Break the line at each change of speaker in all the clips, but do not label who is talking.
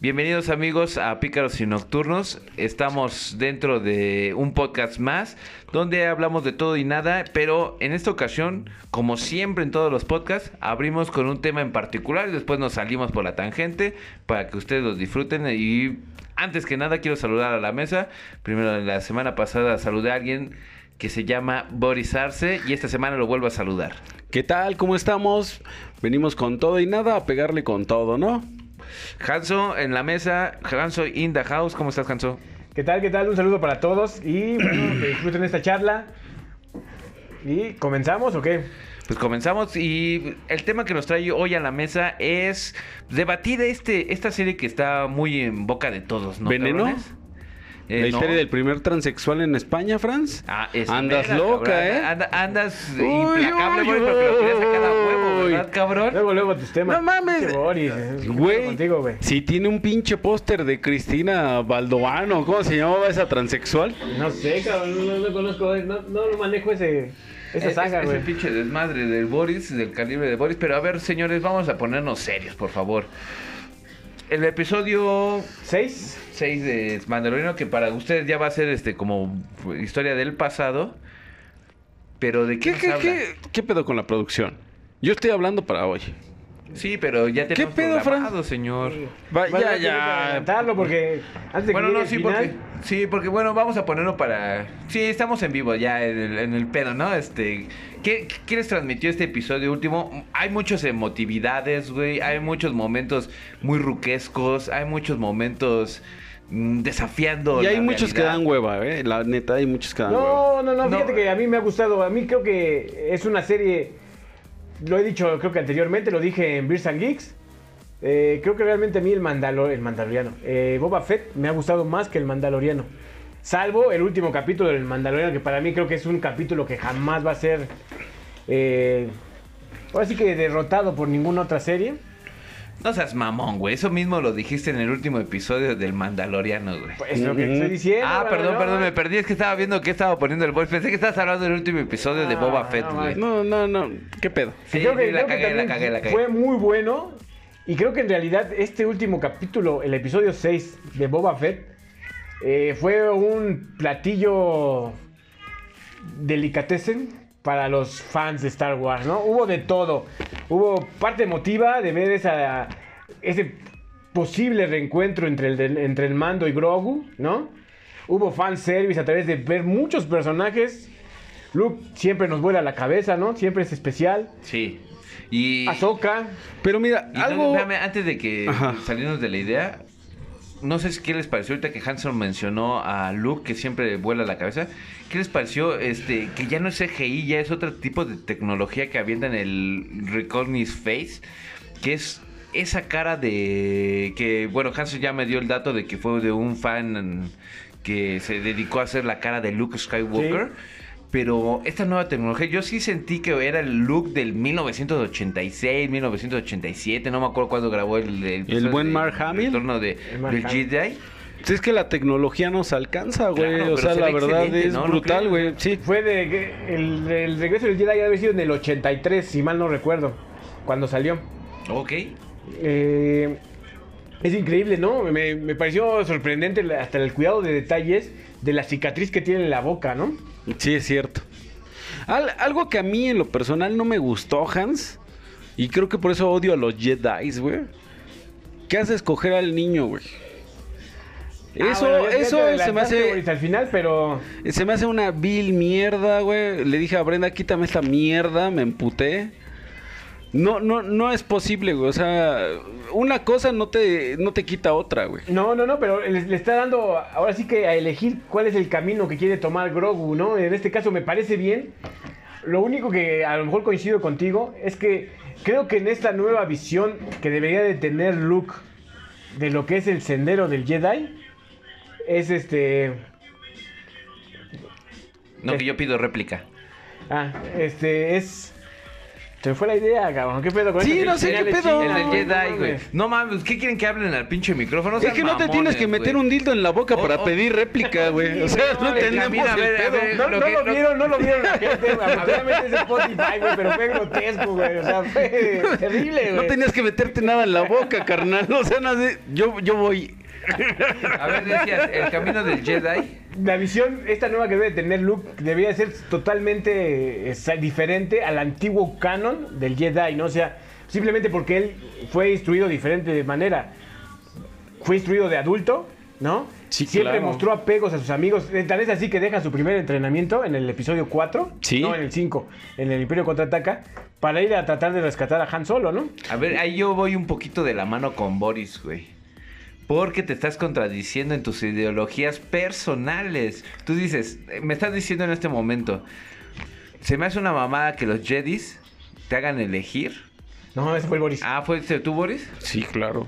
Bienvenidos amigos a Pícaros y Nocturnos. Estamos dentro de un podcast más donde hablamos de todo y nada, pero en esta ocasión, como siempre en todos los podcasts, abrimos con un tema en particular y después nos salimos por la tangente para que ustedes los disfruten y antes que nada quiero saludar a la mesa. Primero la semana pasada saludé a alguien que se llama Boris Arce y esta semana lo vuelvo a saludar.
¿Qué tal? ¿Cómo estamos? Venimos con todo y nada a pegarle con todo, ¿no?
Hanso en la mesa, Hanso in the house. ¿Cómo estás, Hanso?
¿Qué tal? ¿Qué tal? Un saludo para todos y bueno, que disfruten esta charla. ¿Y comenzamos o qué?
Pues comenzamos y el tema que nos trae hoy a la mesa es debatir este, esta serie que está muy en boca de todos, ¿no?
¿Veneno?
cabrones? Eh,
la
no.
historia del primer transexual en España, Franz.
Ah, es-
Andas
espera,
loca,
cabrón.
¿eh?
Anda- andas
Uy,
implacable, güey, porque lo quieres sacar a huevo,
uy.
¿verdad, cabrón?
Luego, luego tus temas.
No mames.
Pinche Boris, eh, ¿qué pedo
Güey,
Contigo, güey.
si tiene un pinche póster de Cristina Baldoano, ¿cómo se llamaba esa transexual?
No sé, cabrón. No, no conozco. eh, No, no lo manejo ese,
E-,
esa
Es,
saga,
es
güey.
el pinche desmadre del Boris, del calibre de Boris. Pero a ver, señores, vamos a ponernos serios, por favor. El episodio
¿Seis?
6 de Mandaloriano, que para ustedes ya va a ser este como historia del pasado. Pero de qué,
¿Qué,
nos
qué,
habla?
qué, qué pedo con la producción? Yo estoy hablando para hoy.
Sí, pero ya tenemos
pedo, Fran?
programado, señor.
Va-
Vas a
ya,
tener que
ya.
adelantarlo porque antes de
Bueno,
que llegue
no,
el
sí,
final,
porque, sí, porque bueno, vamos a ponerlo para... Sí, estamos en vivo ya en el, en el pedo, ¿no? Este, ¿qué, qué les transmitió este episodio último? Hay muchas emotividades, güey, hay muchos momentos muy ruquescos, hay muchos momentos mm, desafiando
Y
la
hay muchos que
realidad.
dan hueva, ¿eh? La neta, hay muchos que dan hueva.
No, no, no, fíjate
No.
que a mí me ha gustado. A mí creo que es una serie. Lo he dicho, creo que anteriormente, lo dije en Beers and Geeks. Eh, creo que realmente a mí el, Mandalo- el Mandaloriano, eh, Boba Fett, me ha gustado más que el Mandaloriano. Salvo el último capítulo del Mandaloriano, que para mí creo que es un capítulo que jamás va a ser. Eh, ahora sí que derrotado por ninguna otra serie.
No seas mamón, güey. Eso mismo lo dijiste en el último episodio del Mandaloriano, güey.
Pues, Es lo que
Ujú.
te estoy diciendo.
Ah, perdón,
no,
perdón,
no,
me perdí. Es que estaba viendo que estaba poniendo el voice. Pensé que estabas hablando del último episodio de
Ah,
Boba Fett,
no,
güey.
No, no, no. ¿Qué pedo?
Sí,
creo que,
sí, la
creo que
cagué, la
también
cagué, la cagué.
Fue muy bueno. Y creo que en realidad este último capítulo, el episodio 6 de Boba Fett, eh, fue un platillo delicatessen para los fans de Star Wars, ¿no? Hubo de todo. Hubo parte emotiva de ver esa, ese posible reencuentro entre el, del- entre el mando y Grogu, ¿no? Hubo fanservice a través de ver muchos personajes. Luke siempre nos vuela la cabeza, ¿no? Siempre es especial.
Sí. Y.
Ahsoka.
Pero mira,
y no,
algo.
espérame, antes de que
Ajá.
salimos de la idea, no sé si qué les pareció ahorita que Hanson mencionó a Luke, que siempre vuela la cabeza. ¿Qué les pareció este que ya no es CGI, ya es otro tipo de tecnología que avientan el Recognized Face? Que es esa cara de. que bueno, Hanson ya me dio el dato de que fue de un fan que se dedicó a hacer la cara de Luke Skywalker. Pero esta nueva tecnología, yo sí sentí que era el look del 1986, 1987, no me acuerdo cuándo grabó el... El,
El buen
de-
Mark Hamill.
Retorno de,
El Mark
del
Hamill.
Jedi.
Si es que la tecnología nos alcanza, güey.
Claro, pero
o sea,
se
la
ve
verdad
excelente,
es
¿no? ¿No
brutal,
crees?
güey. Sí.
Fue de que el, el regreso del Jedi debe haber sido en el 83, si mal no recuerdo, cuando salió.
Ok.
Eh, es increíble, ¿no? Me, me pareció sorprendente la- hasta el cuidado de detalles de la cicatriz que tiene en la boca, ¿no?
Sí, es cierto. Al- algo que a mí en lo personal no me gustó, Hans, y creo que por eso odio a los Jedi, güey. ¿Qué hace escoger al niño, güey? Eso,
Ah, bueno, ya- ya te
eso se me
adelantaste,
hace
Boris, al final, pero
se me hace una vil mierda, güey. Le dije a Brenda, quítame esta mierda, me emputé. No, no, no es posible, güey. O sea, una cosa no te, no te quita otra, güey.
No, no, no, pero le, le está dando ahora sí que a elegir cuál es el camino que quiere tomar Grogu, ¿no? En este caso me parece bien. Lo único que a lo mejor coincido contigo es que creo que en esta nueva visión que debería de tener Luke de lo que es el sendero del Jedi es este
No, que yo pido réplica.
ah, este es Se me fue la idea, cabrón. ¿Qué pedo con
Sí,
eso?
no sé
Señales
qué pedo.
El
chinas,
del
güey, no
Jedi, güey.
mames.
No mames, ¿qué quieren que hablen al pinche micrófono?
Es que no te tienes que meter un dildo en la boca
O-
para
o-
pedir réplica, güey. O sea, no
güey,
entendemos
mira, a
el
ver, a
pedo.
ver.
No,
Lo
no
que-
lo
lo-
vieron, no lo vieron la gente. Afortunadamente es de Spotify, güey, pero fue grotesco, güey. O sea, fue terrible, güey.
No tenías que meterte nada en la boca, carnal. O sea, no sé, yo, yo voy.
A ver, decías, el camino del Jedi.
La visión, esta nueva que debe tener Luke, debería ser totalmente eh, sa- diferente al antiguo canon del Jedi, ¿no? O sea, simplemente porque él fue instruido diferente de manera. Fue instruido de adulto, ¿no?
Sí,
Siempre
claro.
mostró apegos a sus amigos. Eh, Tal vez así que deja su primer entrenamiento en el episodio 4.
Sí.
No, en el 5, en el Imperio Contraataca, para ir a tratar de rescatar a Han Solo, ¿no?
A ver, ahí yo voy un poquito de la mano con Boris, güey. Porque te estás contradiciendo en tus ideologías personales. Tú dices, eh, me estás diciendo en este momento, se me hace una mamada que los Jedis te hagan elegir.
No, ese fue el Boris.
Ah, ¿fue este tú, Boris?
Sí, claro.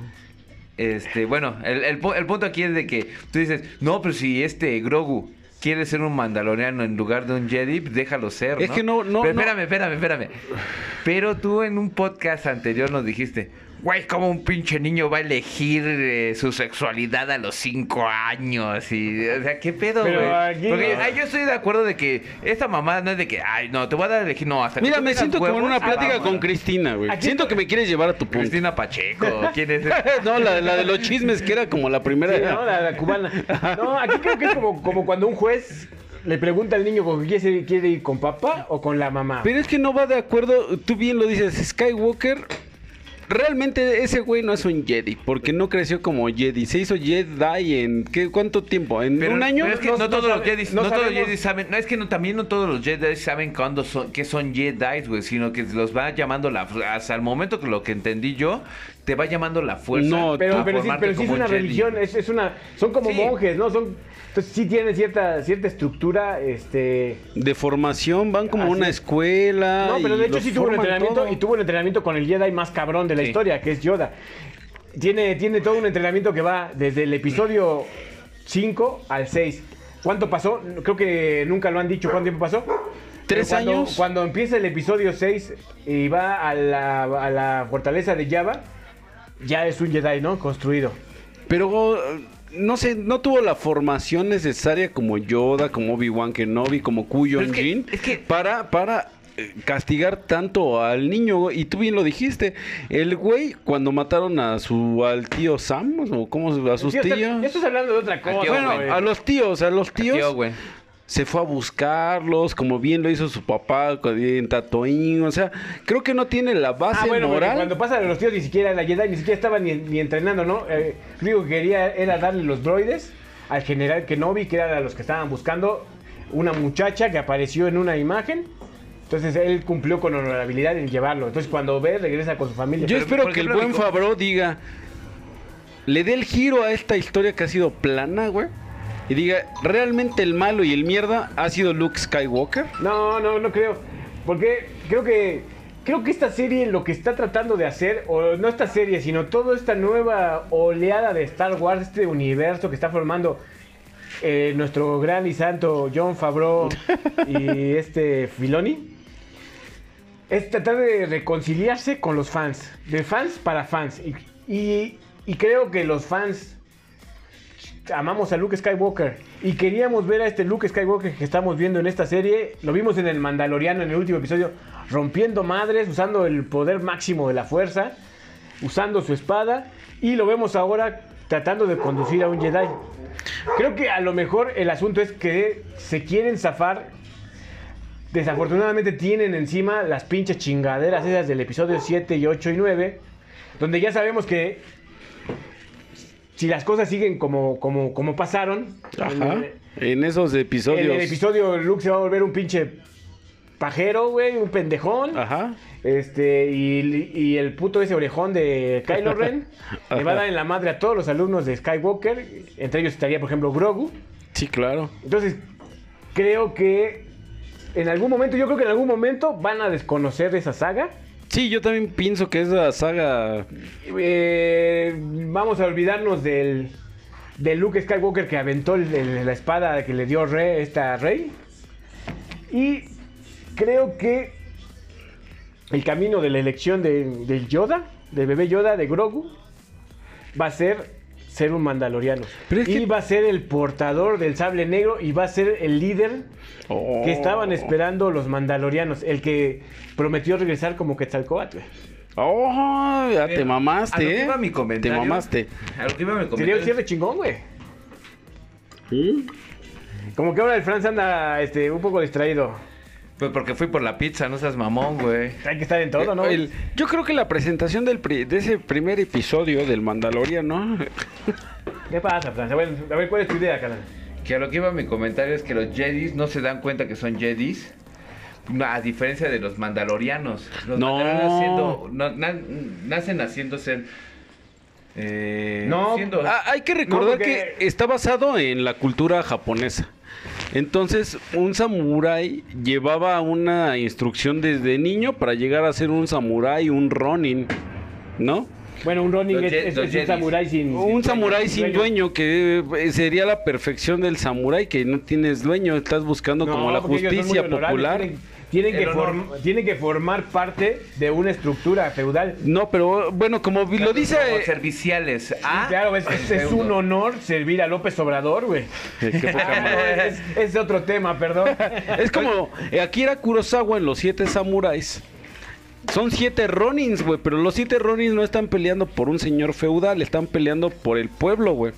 Este, bueno, el, el pu- el punto aquí es de que tú dices, no, pero si este Grogu quiere ser un mandaloriano en lugar de un Jedi, pues déjalo ser.
Es que no- no-
Pero
no.
espérame, espérame, espérame. Pero tú en un podcast anterior nos dijiste, güey, ¿cómo un pinche niño va a elegir eh, su sexualidad a los cinco años? Y, o sea, ¿qué pedo,
Pero
güey?
aquí
Porque
no.
ay, yo estoy de acuerdo de que esta mamada no es de que, ay, no, te voy a dar a elegir, no, hasta que
Mira,
tú
me
tengas
siento como en
huevos,
una
ah,
plática
vámonos.
con Cristina, güey.
Aquí-
Siento que me quieres llevar a tu punto.
Cristina Pacheco, ¿quién es?
No, la, la de los chismes, que era como la primera.
Sí, ¿no? La, la cubana. No, aquí creo que es como, como cuando un juez le pregunta al niño con quién se quiere ir, con papá o con la mamá.
Pero es que no va de acuerdo, tú bien lo dices, Skywalker. Realmente ese güey no es un Jedi, porque no creció como Jedi. Se hizo Jedi en ¿qué, cuánto tiempo? ¿En
Pero-
un año?
pero es que
No-
no,
no
todos los
sabe-
Jedi,
no
no, todos los
sabemos.
Jedi saben, no es que no, también no todos los Jedi saben cuándo son, que son Jedi, güey, sino que los va llamando la hasta el momento que lo que entendí yo, te va llamando la fuerza.
No,
para
tú-
pero, pero sí,
formarte
pero sí es
como un
una
Jedi.
religión, ¿eh? es, es una, son como
Sí.
monjes, ¿no? Son, entonces sí tienen cierta, cierta estructura, este...
De formación, van como a
Así
una
es.
escuela.
Ah, No, pero
y
de hecho
los
sí tuvo un
forman
entrenamiento
todo.
y tuvo un entrenamiento con el Jedi más cabrón de la
Sí.
historia, que es Yoda. Tiene, tiene todo un entrenamiento que va desde el episodio 5 al 6. ¿Cuánto pasó? Creo que nunca lo han dicho cuánto tiempo pasó.
¿Tres
Pero cuando-
años?
Cuando empieza el episodio 6 y va a la, a la fortaleza de Java, ya es un Jedi, ¿no? Construido.
Pero eh, no sé, no tuvo la formación necesaria como Yoda, como Obi-Wan Kenobi, como Kuyon
Pero es que-
Jin
es que-
para para eh, castigar tanto al niño y tú bien lo dijiste. El güey cuando mataron a su al tío Sam o cómo se- a sus
Tío, está-
tíos.
ya estás hablando de otra cosa.
tío
Bueno,
güey.
a los tíos, a los tíos
Tío, güey.
se fue a buscarlos, como bien lo hizo su papá con- en Tatooine, o sea, creo que no tiene la base
Ah, bueno, porque
moral.
cuando pasan los tíos ni siquiera la Jedi, ni siquiera estaban ni, ni entrenando, ¿no? Eh, lo único que quería era darle los droides al general Kenobi, que era a los que estaban buscando una muchacha que apareció en una imagen. Entonces él cumplió con honorabilidad en llevarlo. Entonces cuando ve, regresa con su familia.
Yo
Pero,
espero
por
que el
ejemplo,
buen
mi co-
Fabro diga, le dé el giro a esta historia que ha sido plana, güey. Y diga, realmente el malo y el mierda ha sido Luke Skywalker.
No, no, no creo. Porque creo que creo que esta serie lo que está tratando de hacer, o no esta serie, sino toda esta nueva oleada de Star Wars, este universo que está formando eh, nuestro gran y santo John Favreau y este Filoni, es tratar de reconciliarse con los fans, de fans para fans. Y, y- y creo que los fans amamos a Luke Skywalker y queríamos ver a este Luke Skywalker que estamos viendo en esta serie. Lo vimos en el Mandaloriano en el último episodio, rompiendo madres, usando el poder máximo de la fuerza, usando su espada y lo vemos ahora tratando de conducir a un Jedi. Creo que a lo mejor el asunto es que se quieren zafar. Desafortunadamente tienen encima las pinches chingaderas esas del episodio 7 y 8 y 9, donde ya sabemos que si las cosas siguen como, como, como pasaron,
Ajá. Oh,
en-
En esos
en
episodios.
el episodio Luke se va a volver un pinche pajero, güey, un pendejón.
Ajá.
Este, y, y el puto ese orejón de Kylo Ren le va a dar en la madre a todos los alumnos de Skywalker. Entre ellos estaría, por ejemplo, Grogu.
Sí, claro.
Entonces, creo que en algún momento, yo creo que en algún momento van a desconocer esa saga.
Sí, yo también pienso que esa saga.
Eh, vamos a olvidarnos del, del Luke Skywalker que aventó el- el- la espada que le dio Rey, esta Rey. Y creo que el camino de la elección de- del Yoda, del bebé Yoda, de Grogu, va a ser ser un mandaloriano.
Pero es
y
que-
va a ser el portador del sable negro y va a ser el líder
Oh.
que estaban esperando los mandalorianos. El que prometió regresar como Quetzalcóatl. güey.
Oh, ya te
Pero,
mamaste,
a lo que
¿eh?
iba mi
te
comentario-
mamaste.
A lo que iba mi
Sería un
comentario.
cierre chingón, güey. Como que ahora el Franz anda este, un poco distraído.
Pues porque fui por la pizza, no seas mamón, güey.
Hay que estar en todo, ¿no?
Eh, el- yo creo que la presentación del pri- de ese primer episodio del Mandaloriano, ¿no?
¿Qué pasa, Franz? A ver, a ver, ¿cuál es tu idea, canal?
Que a lo que iba mi comentario es que los Jedis no se dan cuenta que son Jedis. A diferencia de los mandalorianos. Los
No.
mandalorianos siendo- no, na- nacen haciendo ser. eh,
No.
siendo-
Ah, hay que recordar
porque-
que está basado en la cultura japonesa. Entonces, un samurái llevaba una instrucción desde niño para llegar a ser un samurái, un ronin, ¿no?
Bueno, un Ronin
Los
es,
Ye-
es-
los
es un
Jedis.
samurái sin.
Un samurái sin
dueño.
dueño, que eh, sería la perfección del samurái, que no tienes dueño, estás buscando como la
porque ellos son
justicia
muy honorables,
popular.
Tienen, tienen
El
que
honor.
form- tienen que formar parte de una estructura feudal.
No, pero bueno, como vi- lo dice...
Como serviciales. Ah,
claro, es, es- es un honor servir a López Obrador, güey.
Eh, qué poca
Ah,
madre.
no, es, es otro tema, perdón.
Es como eh, Akira Kurosawa en Los Siete Samuráis. Son siete Ronins, güey, pero los siete Ronins no están peleando por un señor feudal, están peleando por el pueblo, güey.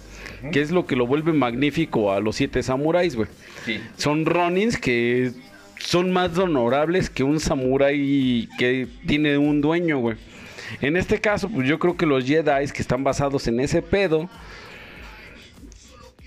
Que es lo que lo vuelve magnífico a los siete samuráis, güey.
Sí.
Son Ronins que son más honorables que un samurái que tiene un dueño, güey. En este caso, pues yo creo que los Jedi que están basados en ese pedo,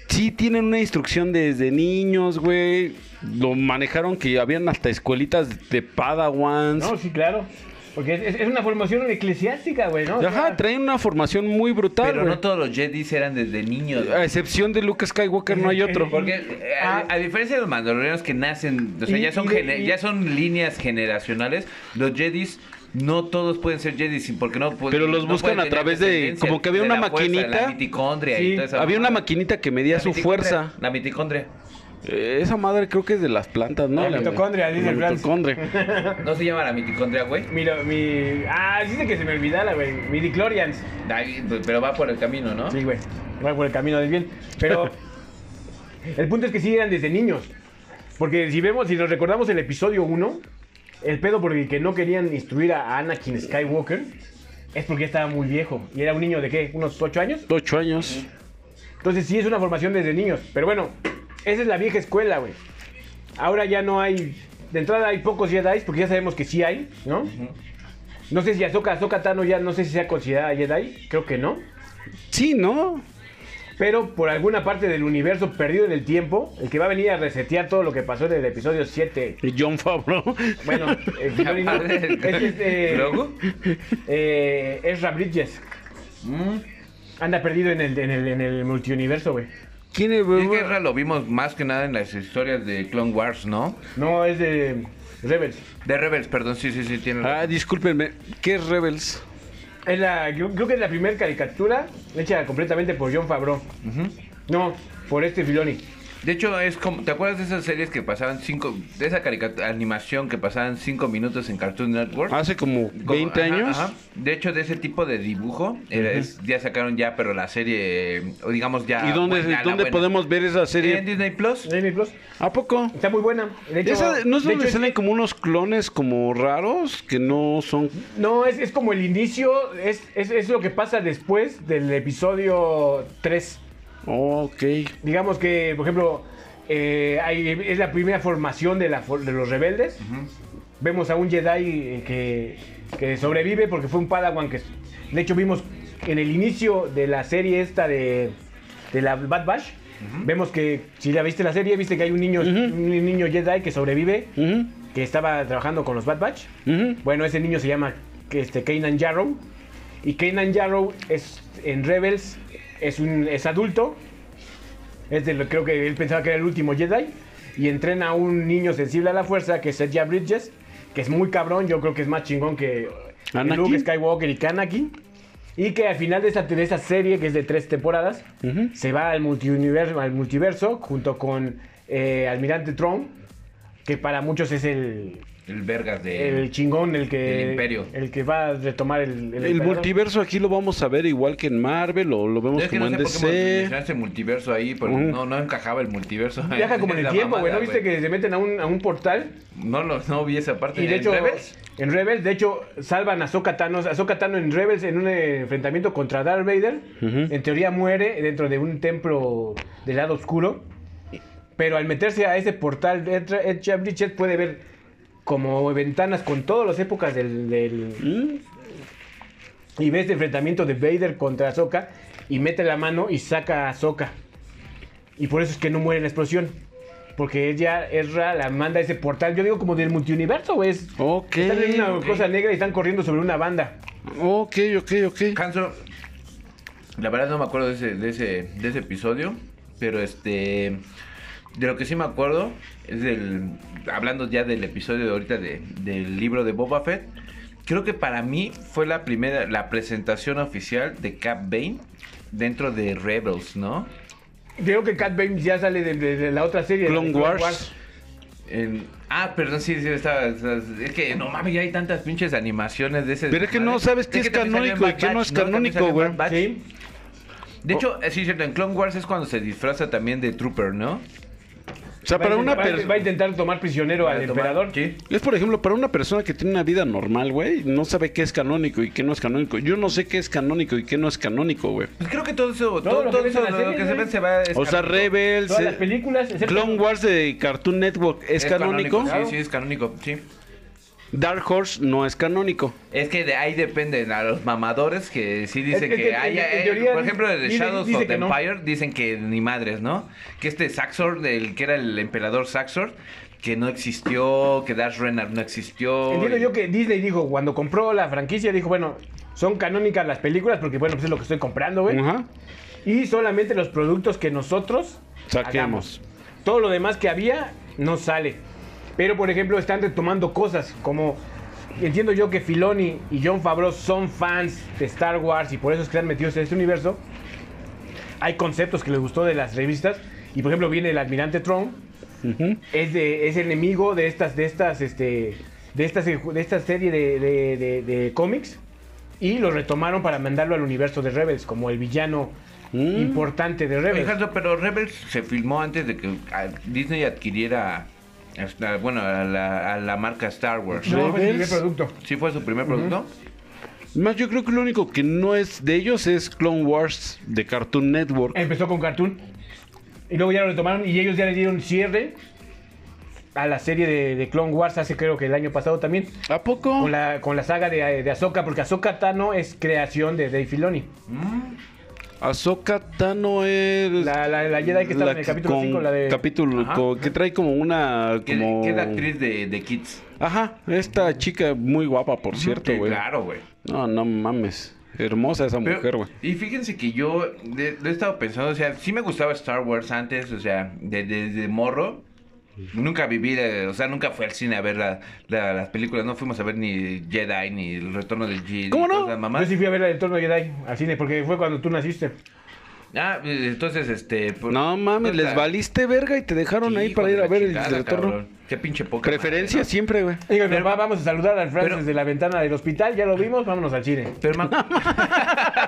sí tienen una instrucción desde niños, güey. Lo manejaron que habían hasta escuelitas de Padawans.
No, sí, claro. Porque es, es- es una formación eclesiástica, güey, ¿no? O
Ajá,
sea,
traen una formación muy brutal,
Pero
güey.
no todos los Jedis eran desde niños. güey.
A excepción de Luke Skywalker, no hay otro.
Porque eh,
Ah.
a, a diferencia de los mandalorianos que nacen, o sea,
Y-
ya son
y de-
gene-
y-
ya son líneas generacionales, los Jedis no todos pueden ser Jedis sin- porque no pueden-
Pero los
no
buscan
pueden
a
tener
través de-
descendencia,
como que había
de
una
la fuerza,
maquinita.
la mitocondria y
Sí,
toda esa
Había una
mamada.
maquinita que medía
La
su
mitocondria,
fuerza.
La mitocondria.
Eh, Esa madre creo que es de las plantas, ¿no?
La mitocondria, dice
La
Franz.
mitocondria.
No se llama la mitocondria, güey.
Mira, mi. Ah, dice que se me olvidara, güey. Mi Diclorians.
Ay, pues, Pero va por el camino, ¿no?
Sí, güey. Va por el camino del bien. Pero el punto es que sí eran desde niños. Porque si vemos, si nos recordamos el episodio 1, el pedo por el que no querían instruir a Anakin Skywalker es porque estaba muy viejo. Y era un niño de qué? ¿Unos 8 años?
Ocho años.
Entonces sí es una formación desde niños. Pero bueno, esa es la vieja escuela, güey. Ahora ya no hay... De entrada hay pocos Jedi, porque ya sabemos que sí hay, ¿no? No sé si Ahsoka, Ahsoka Tano ya no sé si sea considerada Jedi. Creo que no.
Sí, ¿no?
Pero por alguna parte del universo perdido en el tiempo, el que va a venir a resetear todo lo que pasó en el episodio 7.
John Favreau.
Bueno, eh, no, no,
Aparte del-
es este.
Grogu.
eh, Ezra Bridges.
Mm.
Anda perdido en el, en el, en el multiuniverso, güey.
¿Quién es,
Y es que Ezra lo vimos más que nada en las historias de Clone Wars, ¿no?
No, es de Rebels.
De Rebels, perdón, sí, sí, sí, tiene
Ah, discúlpenme. ¿Qué es Rebels?
Es la, yo creo que es la primera caricatura hecha completamente por John Favreau. No, por este Filoni.
De hecho, es como, ¿te acuerdas de esas series que pasaban cinco, de esa caricatura, animación que pasaban cinco minutos en Cartoon Network?
Hace como
Como-
20
ajá,
Ah, años.
ajá. De hecho, de ese tipo de dibujo, era- es- ya sacaron ya, pero la serie, eh, o digamos ya.
¿Y dónde,
buena, la
dónde
buena.
podemos ver esa
En
serie?
Disney Plus.
Disney Plus.
¿A poco?
Está muy buena. De hecho,
Esa- ¿No es
de
donde
hecho,
salen
es-
como unos clones como raros que no son...
No, es, es como el inicio, es, es, es lo que pasa después del episodio 3.
Oh, ok.
Digamos que, por ejemplo, eh, hay- es la primera formación de, la, for- de los rebeldes. Vemos a un Jedi que, que sobrevive porque fue un Padawan que... De hecho, vimos en el inicio de la serie esta de, de la Bad Bash. Vemos que, si la viste la serie, viste que hay un niño, un niño Jedi que sobrevive,
Ujú,
que estaba trabajando con los Bad Batch.
ujú.
Bueno, ese niño se llama este, Kanan Jarrow. Y Kanan Jarrow es en Rebels, es un es adulto. Es de lo- creo que él pensaba que era el último Jedi. Y entrena a un niño sensible a la fuerza, que es Edja Bridges, que es muy cabrón. Yo creo que es más chingón que que
Anakin.
Luke Skywalker y que Anakin. Y que al final de esa, de esa serie, que es de tres temporadas,
Ujú.
se va al multiverso, al multiverso junto con eh, Almirante Tron, que para muchos es el,
El vergas de...
El chingón, el que.
El imperio.
El que va a retomar el.
El,
emperador.
multiverso aquí lo vamos a ver igual que en Marvel o lo vemos
es que
como
no sé
en
por qué
DC.
mencionaste multiverso ahí, porque
Ujú.
no, no encajaba el multiverso.
Viaja como en el
La
tiempo, güey.
mamada,
¿No viste que se meten a un, a un portal?
No, lo- no vi esa parte.
Y de
¿En
hecho.
Rebels?
En Rebels, de hecho, salvan a Zocatano. A Zocatano en Rebels en un eh, enfrentamiento contra Darth Vader.
Ujú.
En teoría muere dentro de un templo del lado oscuro. Pero al meterse a ese portal, Ed Ra- Ed Chad Bridget puede ver como ventanas con todas las épocas del- del,
Mm,
y ve este enfrentamiento de Vader contra Ahsoka y mete la mano y saca a Ahsoka. Y por eso es que no muere en la explosión. Porque ella, Ezra, la manda a ese portal. Yo digo como del multiuniverso, güey. es-
Ok.
Están en una
ok.
cosa negra y están corriendo sobre una banda.
Ok, ok, ok.
Hanzo, la verdad no me acuerdo de ese, de ese, de ese episodio, pero este. De lo que sí me acuerdo es del. Hablando ya del episodio de ahorita de- del libro de Boba Fett. Creo que para mí fue la primera, la presentación oficial de Cap Bane dentro de Rebels, ¿no?
Creo que Cat Bane ya sale de, de- de la otra serie.
Clone
de
Wars.
En- ah, perdón, sí, sí, estaba, es que no mames, ya hay tantas pinches animaciones de ese.
Pero es que
madre.
no sabes qué es
también salió en
canónico y
Bad
qué no
Batch,
es
También
canónico,
salió en
güey.
Bad Batch.
Sí.
De hecho, eh, sí, es cierto, en Clone Wars es cuando se disfraza también de Trooper, ¿no?
O sea, para
va, a
Ah, una
intent- va- va a
persona.
intentar tomar prisionero al
Para tomar-
emperador.
Sí.
Es por ejemplo, para una persona que tiene una vida normal, güey, no sabe qué es canónico y qué no es canónico. Yo no sé qué es canónico y qué no es canónico, güey.
Pues creo que todo eso, todo,
lo que
todo
ves
eso,
en la
lo
serie,
que se
güey.
ve se va.
O sea,
escapando.
Rebel,
Todas
se-
las películas, excepto-
Clone Wars de Cartoon Network es, canónico.
Sí, sí, es canónico, sí.
Dark Horse no es canónico.
Es que de ahí dependen a los mamadores que sí dicen
Es- es
que,
que
hay,
en- en
eh,
teoría
por ejemplo, de
dice-
Shadows
dice
of the
que no.
Empire dicen que ni madres, ¿no? Que este Saxor, del que era el emperador Saxor, que no existió, que Dash Renard no existió.
Entiendo yo que Disney dijo, cuando compró la franquicia, dijo, bueno, son canónicas las películas porque, bueno, pues es lo que estoy comprando, güey.
Ajá.
Y solamente los productos que nosotros
Saquemos.
hagamos. Todo lo demás que había no sale. Pero por ejemplo están retomando cosas como entiendo yo que Filoni y John Favreau son fans de Star Wars y por eso es que están metidos en este universo. Hay conceptos que les gustó de las revistas y por ejemplo viene el Almirante Tron
Ujú.
es de es enemigo de estas de estas este de estas de esta serie de, de- de- de cómics y lo retomaron para mandarlo al universo de Rebels como el villano
Mm.
importante de
Oye,
Rebels.
Gerardo, pero Rebels se filmó antes de que ah, Disney adquiriera, hasta- bueno, a la, a la marca Star Wars.
No, fue el primer
Rebels.
producto.
Sí fue su primer producto.
Más yo creo que lo único que no es de ellos es Clone Wars de Cartoon Network.
Empezó con Cartoon. Y luego ya lo retomaron y ellos ya le dieron cierre a la serie de, de Clone Wars hace creo que el año pasado también.
¿A poco?
Con la, con la saga de, de Ahsoka, porque Ahsoka Tano es creación de Dave Filoni.
Ahsoka Tano es
La, la, la Jedi que estaba en el capítulo
con
5, la de...
capítulo
Ajá.
con- que trae como una
Que,
como
que es la actriz de, de Kids.
Ajá, esta chica muy guapa, por cierto,
Sí,
güey.
Claro, güey.
No, no mames. Hermosa esa
Pero-
mujer, güey.
Y fíjense que yo de- lo he estado pensando, o sea, sí me gustaba Star Wars antes, o sea, de- desde morro. Nunca viví, eh, o sea, nunca fui al cine a ver la- la- las películas, no fuimos a ver ni Jedi, ni El Retorno del Jedi.
¿Cómo no?
Yo sí fui a ver el torno Jedi al cine, porque fue cuando tú naciste.
Ah, eh, entonces, este... por-
No mames, les
la-
valiste verga y te dejaron
Sí,
ahí
hijo
para
de
ir
la
a ver
chingada,
el retorno.
cabrón. Qué pinche poca.
Preferencia
madre,
siempre, güey.
Digo, mi
Pero-
papá, vamos a saludar al Francis
pero-
desde la ventana del hospital, ya lo vimos, vámonos al cine.
¿no? Pero me, ac-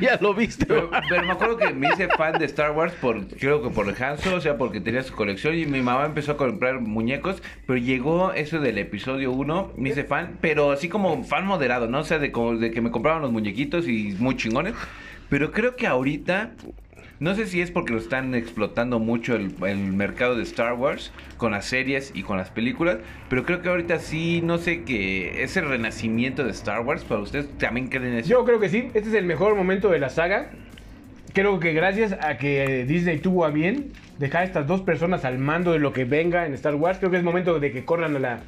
ya lo viste,
pero- pero me acuerdo que me hice fan de Star Wars por, creo que por el Hanzo, o sea, porque tenía su colección y mi mamá empezó a comprar muñecos, pero llegó eso del episodio 1, me hice fan, pero así como fan moderado, ¿no? O sea, de, como- de que me compraban los muñequitos y muy chingones, pero creo que ahorita... No sé si es porque lo están explotando mucho el, el mercado de Star Wars con las series y con las películas, pero creo que ahorita sí, no sé qué, ese renacimiento de Star Wars, para ustedes también creen eso.
Yo creo que sí, este es el mejor momento de la saga. Creo que gracias a que Disney tuvo a bien dejar a estas dos personas al mando de lo que venga en Star Wars, creo que es momento de que corran a la,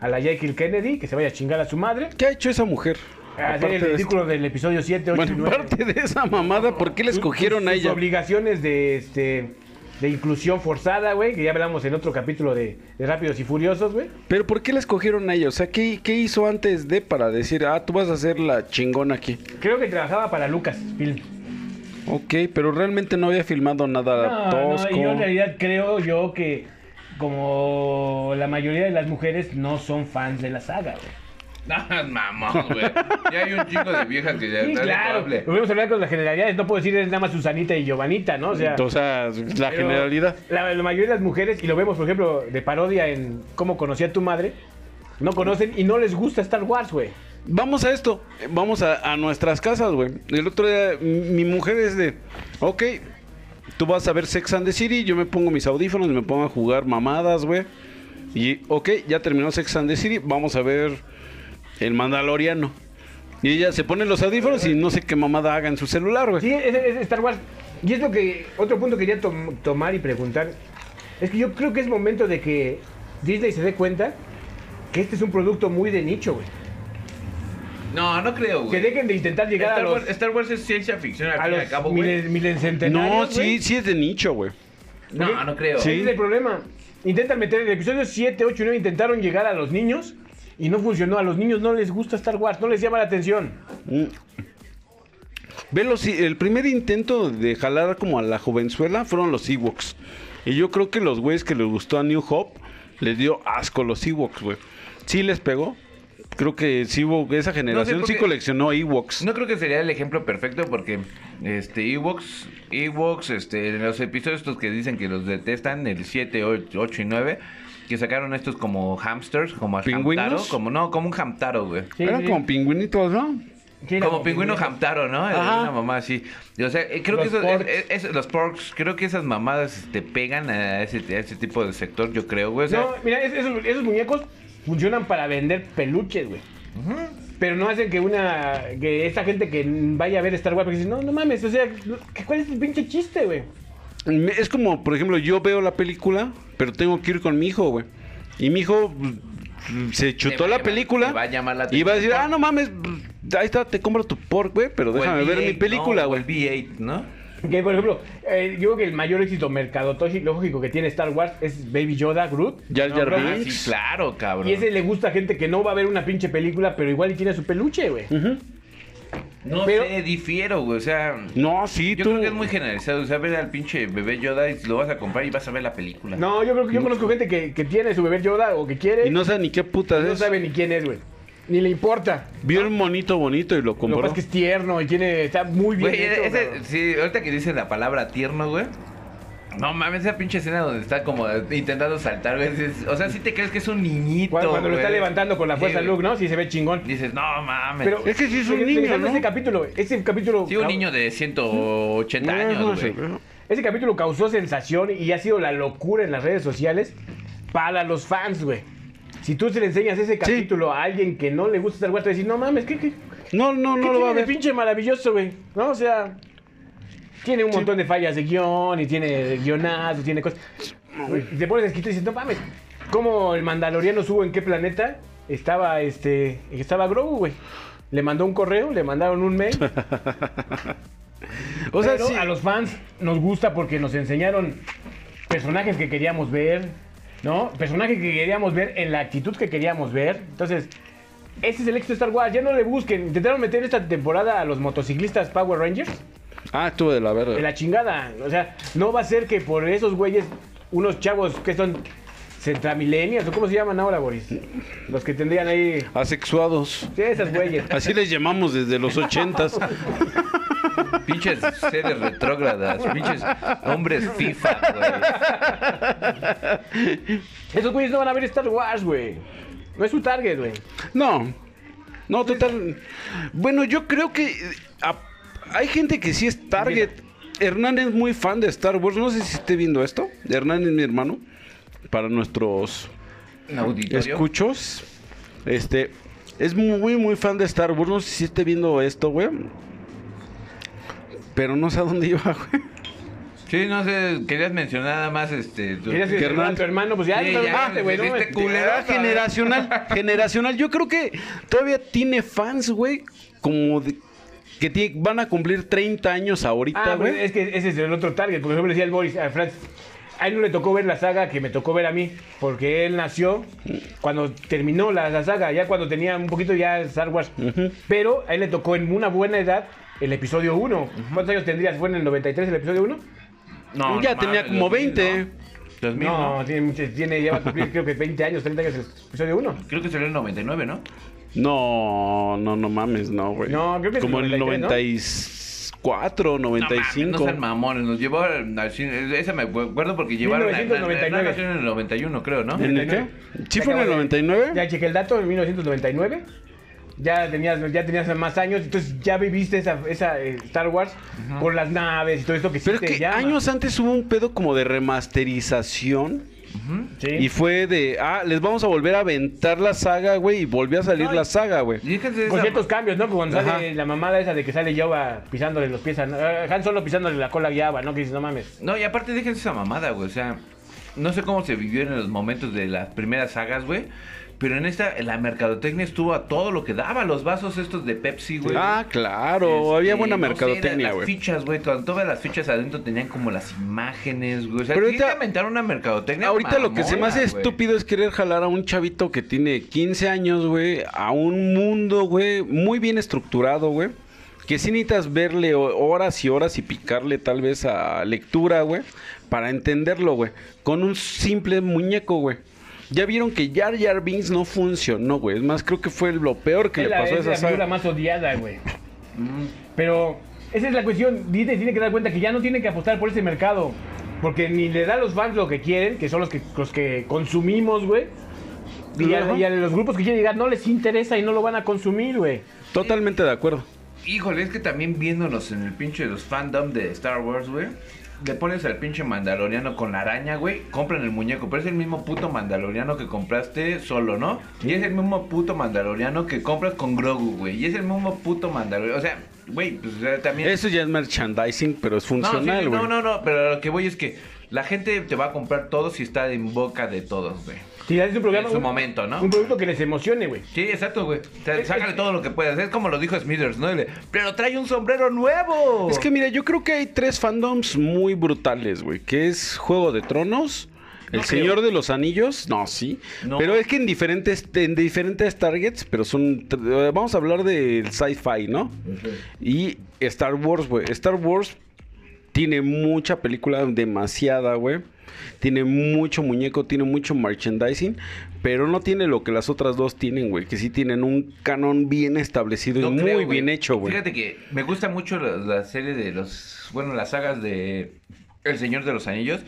a la Jekyll Kennedy, que se vaya a chingar a su madre,
¿Qué ha hecho esa mujer?
a hacer
Aparte
Ah, el
de
ridículo del episodio 7, 8
esto.
y
Bueno,
9.
aparte de esa mamada, ¿por qué le escogieron
Sus-
a
sus
ella?
obligaciones de, este, de inclusión forzada, güey, que ya hablamos en otro capítulo de, de Rápidos y Furiosos, güey.
Pero ¿por qué la escogieron a ella? O sea, ¿qué, qué hizo antes de para decir, ah, tú vas a ser la chingona aquí?
Creo que trabajaba para Lucas Film.
Ok, pero realmente no había filmado nada
Ah, No, no,
Ah, tosco.
yo en realidad creo yo que
como la mayoría de las mujeres, no son fans de la saga, güey.
No, Ah, mamón, güey. Ya hay un chingo de viejas que ya
Sí,
dale,
claro.
hable.
Volvemos a hablar con las generalidades. No puedo decir es nada más Susanita y Giovanita, ¿no? O sea,
O sea, la
pero
generalidad.
La, la mayoría de las mujeres, y lo vemos, por ejemplo, de parodia en Cómo conocí a tu madre, no conocen y no les gusta Star Wars, güey.
Vamos a esto, vamos a, a nuestras casas, güey. El otro día m- mi mujer es de, ok, tú vas a ver Sex and the City, yo me pongo mis audífonos, me pongo a jugar mamadas, güey. Y, ok, ya terminó Sex and the City, vamos a ver El Mandaloriano. Y ella se pone los audífonos y no sé qué mamada haga en su celular, güey.
Sí, es, es Star Wars. Y es lo que. Otro punto que quería tom- tomar y preguntar. Es que yo creo que es momento de que Disney se dé cuenta que este es un producto muy de nicho, güey.
No, no creo,
Que
güey.
dejen de intentar llegar
Star,
a los.
Wars, Star Wars es ciencia ficción al
a
fin y al
los
cabo, güey.
milen- milencentenarios,
No,
güey.
sí, sí es de nicho, güey.
No, no creo.
Ese es el problema. Intentan meter el episodio 7, 8 y 9 intentaron llegar a los niños y no funcionó. A los niños no les gusta Star Wars, no les llama la atención.
Mm. Ve los- el primer intento de jalar como a la jovenzuela fueron los Ewoks. Y yo creo que los güeyes que les gustó a New Hope les dio asco los Ewoks, güey. Sí les pegó. Creo que sí hubo- esa generación
por
sí
qué.
coleccionó Ewoks.
No creo que sería el ejemplo perfecto porque este Ewoks, Ewoks, este, en los episodios estos que dicen que los detestan, el 7, 8, y 9, que sacaron estos como hamsters, como a
¿Pingüinos?
Hamtaro, como no, como un hamtaro, güey.
Sí,
Eran
sí.
como pingüinitos, ¿no?
Sí, era
Como pingüino hamtaro, ¿no?
Ajá.
Una mamá así. Y, O sea, eh, creo
Los
que eso,
porks.
es- es- es- los porks, creo que esas mamadas te pegan a ese, a ese tipo de sector, yo creo, güey. O sea,
No, mira, es- esos, esos muñecos funcionan para vender peluches, güey. Pero no hacen que una. que esta gente que vaya a ver Star Wars, porque dice, no, no mames, o sea, ¿qué- ¿cuál es el pinche chiste, güey?
Me- Es como, por ejemplo, yo veo la película, pero tengo que ir con mi hijo, güey. Y mi hijo mm, se
Te va
chutó
a
la
llamar-
película.
te va a llamar la
y va a decir,
atención.
ah, no mames, mm, ahí está, te compro tu pork, güey, pero
o el
déjame ver mi
V8,
película,
Pues ¿no? O
güey.
el V8, ¿no?
Que por ejemplo, eh, yo creo que el mayor éxito mercadológico que tiene Star Wars es Baby Yoda, Groot.
Jar
No,
Jar
bro,
Ah,
Binks.
sí, claro, cabrón.
Y ese le gusta a gente que no va a ver una pinche película, pero igual y tiene su peluche, güey.
No
Pero-
sé, difiero, güey. O sea,
No, sí,
yo
tú.
creo que es muy generalizado. O sea, ver al pinche bebé Yoda y lo vas a comprar y vas a ver la película.
No, yo creo que yo conozco gente que, que tiene su bebé Yoda o que quiere.
Y no sabe ni qué puta
y no
es.
sabe ni quién es, güey. Ni le importa.
Vio el monito bonito y lo
Lo que
compró.
pasa es que es tierno y tiene. Está muy bien.
Güey,
hecho,
ese-
cabrón.
sí, ahorita que dices la palabra tierno, güey. No mames, esa pinche escena donde está como intentando saltar, güey. es- O sea, si te crees que es un niñito.
cuando, cuando lo
güey.
está levantando con la fuerza
Sí,
Luke, ¿no? Sí se ve chingón.
Dices, no mames.
Pero
Es que sí es un
fíjate,
niño,
fíjate
¿no?
Ese capítulo, ese capítulo.
sí, un
cau-
niño de 180
No, no
años,
sé,
güey.
pero-
Ese capítulo causó sensación y ha sido la locura en las redes sociales para los fans, güey. Si tú se le enseñas ese capítulo a alguien que no le gusta Star Wars, te va a decir, no mames, ¿qué, qué,
No, no,
¿Qué
no lo va a
tiene de
ver.
pinche maravilloso, güey? ¿No? O sea, tiene un montón de fallas de guión y tiene guionazo, tiene cosas. Güey, y te pones escrito y dices, no mames, ¿cómo el mandaloriano subo en qué planeta? Estaba este. Estaba Grogu, güey. Le mandó un correo, le mandaron un mail.
O sea,
pero
sí.
a los fans nos gusta porque nos enseñaron personajes que queríamos ver, ¿no? Personajes que queríamos ver en la actitud que queríamos ver. Entonces, ese es el éxito de Star Wars. Ya no le busquen. Intentaron meter esta temporada a los motociclistas Power Rangers.
Ah, estuvo de la
De
verga.
la chingada. O sea, no va a ser que por esos güeyes, unos chavos que son centramilenias, o cómo se llaman ahora, Boris. Los que tendrían ahí.
Asexuados.
Sí, esas güeyes.
Así les llamamos desde los ochentas.
Pinches seres retrógradas, pinches hombres FIFA, güey.
Esos güeyes no van a ver Star Wars, güey. No es su target, güey.
No. No, total. Bueno, yo creo que eh, a- hay gente que sí es target. Hernán es muy fan de Star Wars. No sé si esté viendo esto. Hernán es mi hermano. Para nuestros
Un auditorio.
escuchos. Este es muy, muy fan de Star Wars. No sé si esté viendo esto, güey. Pero no sé a dónde iba, güey.
Sí, no sé, querías mencionar nada más este. tu-
Querías que
Hernán-
tu hermano, pues ya,
Sí,
no lo
ya,
mate, güey, no,
este
me-
culero.
Ah, generacional, generacional. Yo creo que todavía tiene fans, güey. Como de- que tie- van a cumplir 30 años ahorita,
Ah, pero
güey.
es que ese es el otro target, porque yo le decía al Boris, a Franz, a él no le tocó ver la saga que me tocó ver a mí, porque él nació cuando terminó la, la saga, ya cuando tenía un poquito ya Star Wars, pero a él le tocó en una buena edad el episodio 1. ¿Cuántos años tendrías? ¿Fue en el 93 el episodio 1?
No,
ya
no
tenía
mames,
como
2000,
20.
no. 2000,
no,
¿no?
Tiene, mucho- tiene, ya va a cumplir creo que 20 años, 30 años el episodio 1.
Creo que salió en el 99, ¿no?
No, no, no mames, no, güey.
No, creo que es
Como en el
93,
94,
No, mames, no
95.
sean mamones, nos llevó al, al cine. Esa me acuerdo porque llevaron. la- la- la-
1999.
la nación en el 91, creo, ¿no?
¿En el qué?
99.
¿Sí fue en el
Acabo de-
99?
Ya chequé el dato, en 1999. Ya tenías, ya tenías más años, entonces ya viviste esa, esa eh, Star Wars con las naves y todo esto que sí
Pero
te
es que
llama.
años antes hubo un pedo como de remasterización.
Sí.
Y fue de, ah, les vamos a volver a aventar la saga, güey. Y volvió a salir
No, y-
la saga, güey.
Y fíjense
Con
esa-
ciertos cambios, ¿no? Como Cuando
Ajá.
sale la mamada esa de que sale Yoba pisándole los pies a... eh, Han Solo pisándole la cola a Java, ¿no? Que dices, no mames.
No, y aparte déjense esa mamada, güey. O sea, no sé cómo se vivió en los momentos de las primeras sagas, güey. Pero en esta, la mercadotecnia estuvo a todo lo que daba. Los vasos estos de Pepsi, güey.
Ah, claro.
Este,
había buena
no sé,
mercadotecnia,
las- Las
güey.
fichas, güey. con Todas las fichas adentro tenían como las imágenes, güey. O sea,
Pero
ahorita,
ahorita-
inventar una mercadotecnia.
Ahorita lo que se me hace
mamona, güey.
estúpido es querer jalar a un chavito que tiene 15 años, güey, a un mundo, güey, muy bien estructurado, güey. Que sí necesitas verle ho- horas y horas y picarle tal vez a lectura, güey, para entenderlo, güey. Con un simple muñeco, güey. Ya vieron que Jar Jar Binks no funcionó, güey. Es más, creo que fue lo peor que
es
le
la,
pasó a
es la
esa
figura
saga.
más odiada, güey. Pero esa es la cuestión. Disney tiene que dar cuenta que ya no tiene que apostar por ese mercado. Porque ni le da a los fans lo que quieren, que son los que, los que consumimos, güey. Y a,
Ajá.
y a los grupos que quieren llegar no les interesa y no lo van a consumir, güey.
Totalmente de acuerdo.
Híjole, es que también viéndonos en el pinche de los fandom de Star Wars, güey. Le pones al pinche mandaloriano con la araña, güey. Compran el muñeco, pero es el mismo puto mandaloriano que compraste solo, ¿no? Y es el mismo puto mandaloriano que compras con Grogu, güey. Y es el mismo puto mandaloriano. O sea, güey, pues o sea, también...
Eso ya es merchandising, pero es
no, sí, sí,
funcional, güey.
no, no, no, pero a lo que voy es que la gente te va a comprar todo si está en boca de todos, güey.
Si haces un programa.
En su
un-
momento, ¿no?
Un producto que les emocione, güey.
Sí, exacto, güey. O sea, sácale todo lo que puedas. Es como lo dijo Smithers, ¿no? Dile, Pero trae un sombrero nuevo.
Es que mira, yo creo que hay tres fandoms muy brutales, güey. Que es Juego de Tronos, El
No creo.
Señor de los Anillos, no, sí.
No.
Pero es que en diferentes, en diferentes targets, pero son... tr- eh, Vamos a hablar del sci-fi, ¿no? Y Star Wars, güey. Star Wars tiene mucha película, demasiada, güey. Tiene mucho muñeco, tiene mucho merchandising, pero no tiene lo que las otras dos tienen, güey. Que sí tienen un canon bien establecido y
No
muy
creo, güey.
bien hecho, güey.
Fíjate que me gusta mucho la, la serie de los. Bueno, las sagas de El Señor de los Anillos.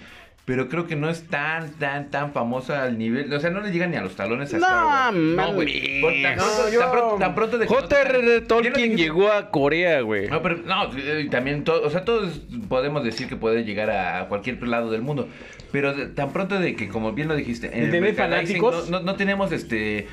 Pero creo que no es tan, tan, tan famosa al nivel. O sea, no le llega ni a los talones a
No,
Star Wars.
mames.
Por Tan, pronto-
No, yo-
tan pronto, tan pronto de que no te-
J.R.R.
Ya no
Tolkien
dijiste-
llegó a Corea, güey.
No, pero no, eh, también todo, o sea, todos podemos decir que puede llegar a cualquier lado del mundo, pero de- tan pronto de que, como bien lo dijiste, en el
¿Tener
merchandising
fanáticos?
No, no- no tenemos este...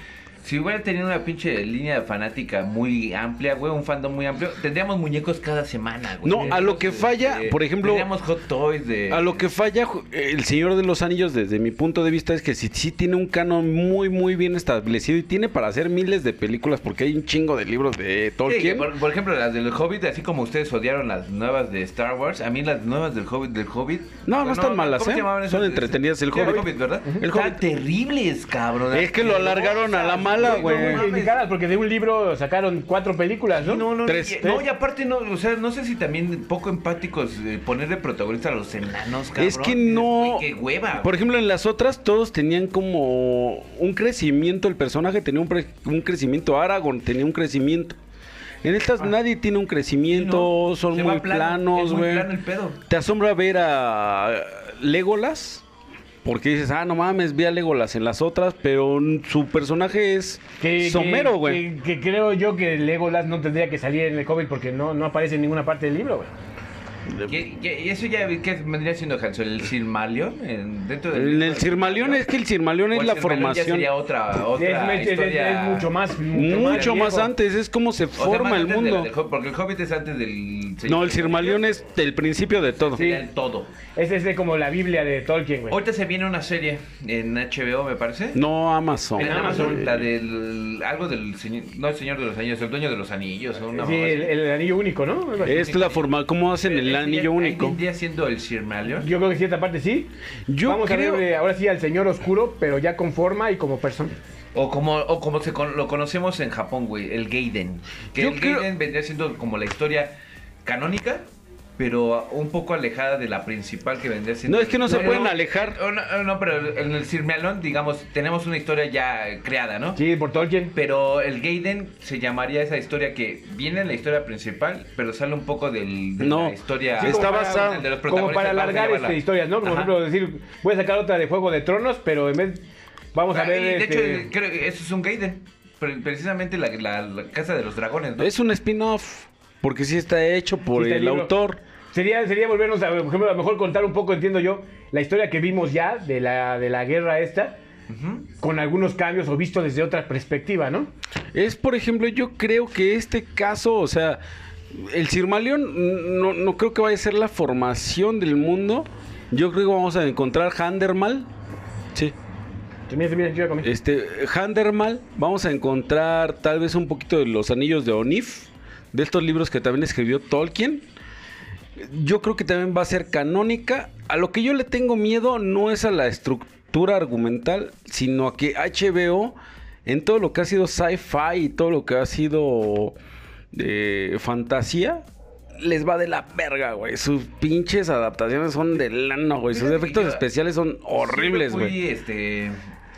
Si hubiera tenido una pinche línea fanática muy amplia, güey, un fandom muy amplio, tendríamos muñecos cada semana, güey.
No, a lo que
Este,
falla, por ejemplo-
Tendríamos hot toys de...
A lo que falla ju- el Señor de los Anillos, desde mi punto de vista, es que sí, sí tiene un canon muy, muy bien establecido y tiene para hacer miles de películas, porque hay un chingo de libros de
Sí, que
Tolkien.
por, por ejemplo, las del Hobbit, así como ustedes odiaron las nuevas de Star Wars, a mí las nuevas del Hobbit, del Hobbit...
No, no están malas,
¿cómo
¿eh?
se llamaban
Son
esas?
entretenidas, el
Sí,
Hobbit.
¿verdad?
El
Están
Hobbit.
terribles, cabrón.
Es que lo alargaron a la mala, güey.
No,
Muy
mames.
criticadas, porque de un libro sacaron cuatro películas, ¿no?
No, no, no,
Tres.
y, no, y aparte no, o sea, no sé si también poco empáticos eh, poner de protagonista a los enanos, cabrón.
es que no.
Güey, Qué hueva.
Por ejemplo, en las otras todos tenían como un crecimiento. El personaje tenía un, pre- un crecimiento. Aragorn tenía un crecimiento. En estas nadie tiene un crecimiento.
Ah. Sí, no,
Son
se
muy
va plano, es
planos,
muy
güey.
plano el pedo.
¿Te asombra ver a Legolas? Porque dices, ah, no mames, vi a Legolas en las otras, pero su personaje es
Que,
somero,
que-
güey.
Que, que creo yo que Legolas no tendría que salir en el Hobbit porque no, no aparece en ninguna parte del libro, güey.
¿Qué- qué- y eso ya que vendría siendo Hanson, el Silmalion en- dentro del
En el Sirmaleón es que el Sirmaleón
O
es
Pues el
la
Silmarillion ya
formación.
sería otra,
Es,
otra
es- es-
historia.
es mucho más.
Mucho, más
viejo.
antes, es como se
O sea,
forma
más
el
antes de la
mundo.
del Hobbit, porque el Hobbit es antes del
No, el Sirmaleón es del principio de todo.
Sería el todo.
Es, es de como la Biblia de Tolkien, güey.
Ahorita se viene una serie en HBO, me parece.
No Amazon.
En
No,
Amazon,
güey.
la del. Algo del. señor- No, el señor de los anillos, el dueño de los anillos. o una
Sí,
mamá así.
el, el anillo único, ¿no? Algo así.
Es la forma como hacen el
Ahí
anillo
vendría- Ahí
único.
vendría siendo el Silmarillion.
Yo creo que cierta parte sí.
Yo
Vamos
creo-
a ver eh, ahora sí al señor oscuro, pero ya con forma y como persona.
O como, o como se con- lo conocemos en Japón, güey, el Gaiden. Que
Yo
el
creo-
Gaiden vendría siendo como la historia canónica pero un poco alejada de la principal que vendría siendo.
No, es que no se pueden alejar.
No, no, no, pero en el Sirmealón, digamos, tenemos una historia ya eh, creada, ¿no?
Sí, por Tolkien.
Pero el Gaiden se llamaría esa historia que viene en la historia principal, pero sale un poco del, de
No,
la historia.
sí, está
como para-
basado-
de los
Como
protagonistas,
para
vamos a
alargar
llamarla.
este, historias, ¿no? Por
Ajá.
ejemplo, decir, voy a sacar otra de Juego de Tronos, pero en vez. Vamos a
Ah,
ver.
y de
este,
hecho, creo que eso es un Gaiden. Pre- Precisamente la, la- la Casa de los Dragones, ¿no?
Es un spin-off. Porque sí está hecho por
Sí, está
el
libro.
autor.
Sería, sería volvernos a, por ejemplo, a lo mejor contar un poco, entiendo yo, la historia que vimos ya de la, de la guerra esta,
Ujú.
con algunos cambios o visto desde otra perspectiva, ¿no?
Es, por ejemplo, yo creo que este caso, o sea, el Sirmalión no, no creo que vaya a ser la formación del mundo. Yo creo que vamos a encontrar Handermal. Sí.
Mira, mira, yo voy a comer.
Este, Handermal, vamos a encontrar tal vez un poquito de los anillos de Onif, de estos libros que también escribió Tolkien. Yo creo que también va a ser canónica. A lo que yo le tengo miedo no es a la estructura argumental, sino a que HBO, en todo lo que ha sido sci-fi y todo lo que ha sido eh, fantasía, les va de la verga, güey. Sus pinches adaptaciones son de lana, güey. Sus
Fíjate que
efectos
yo-
especiales son horribles,
Siempre
güey.
fui, este,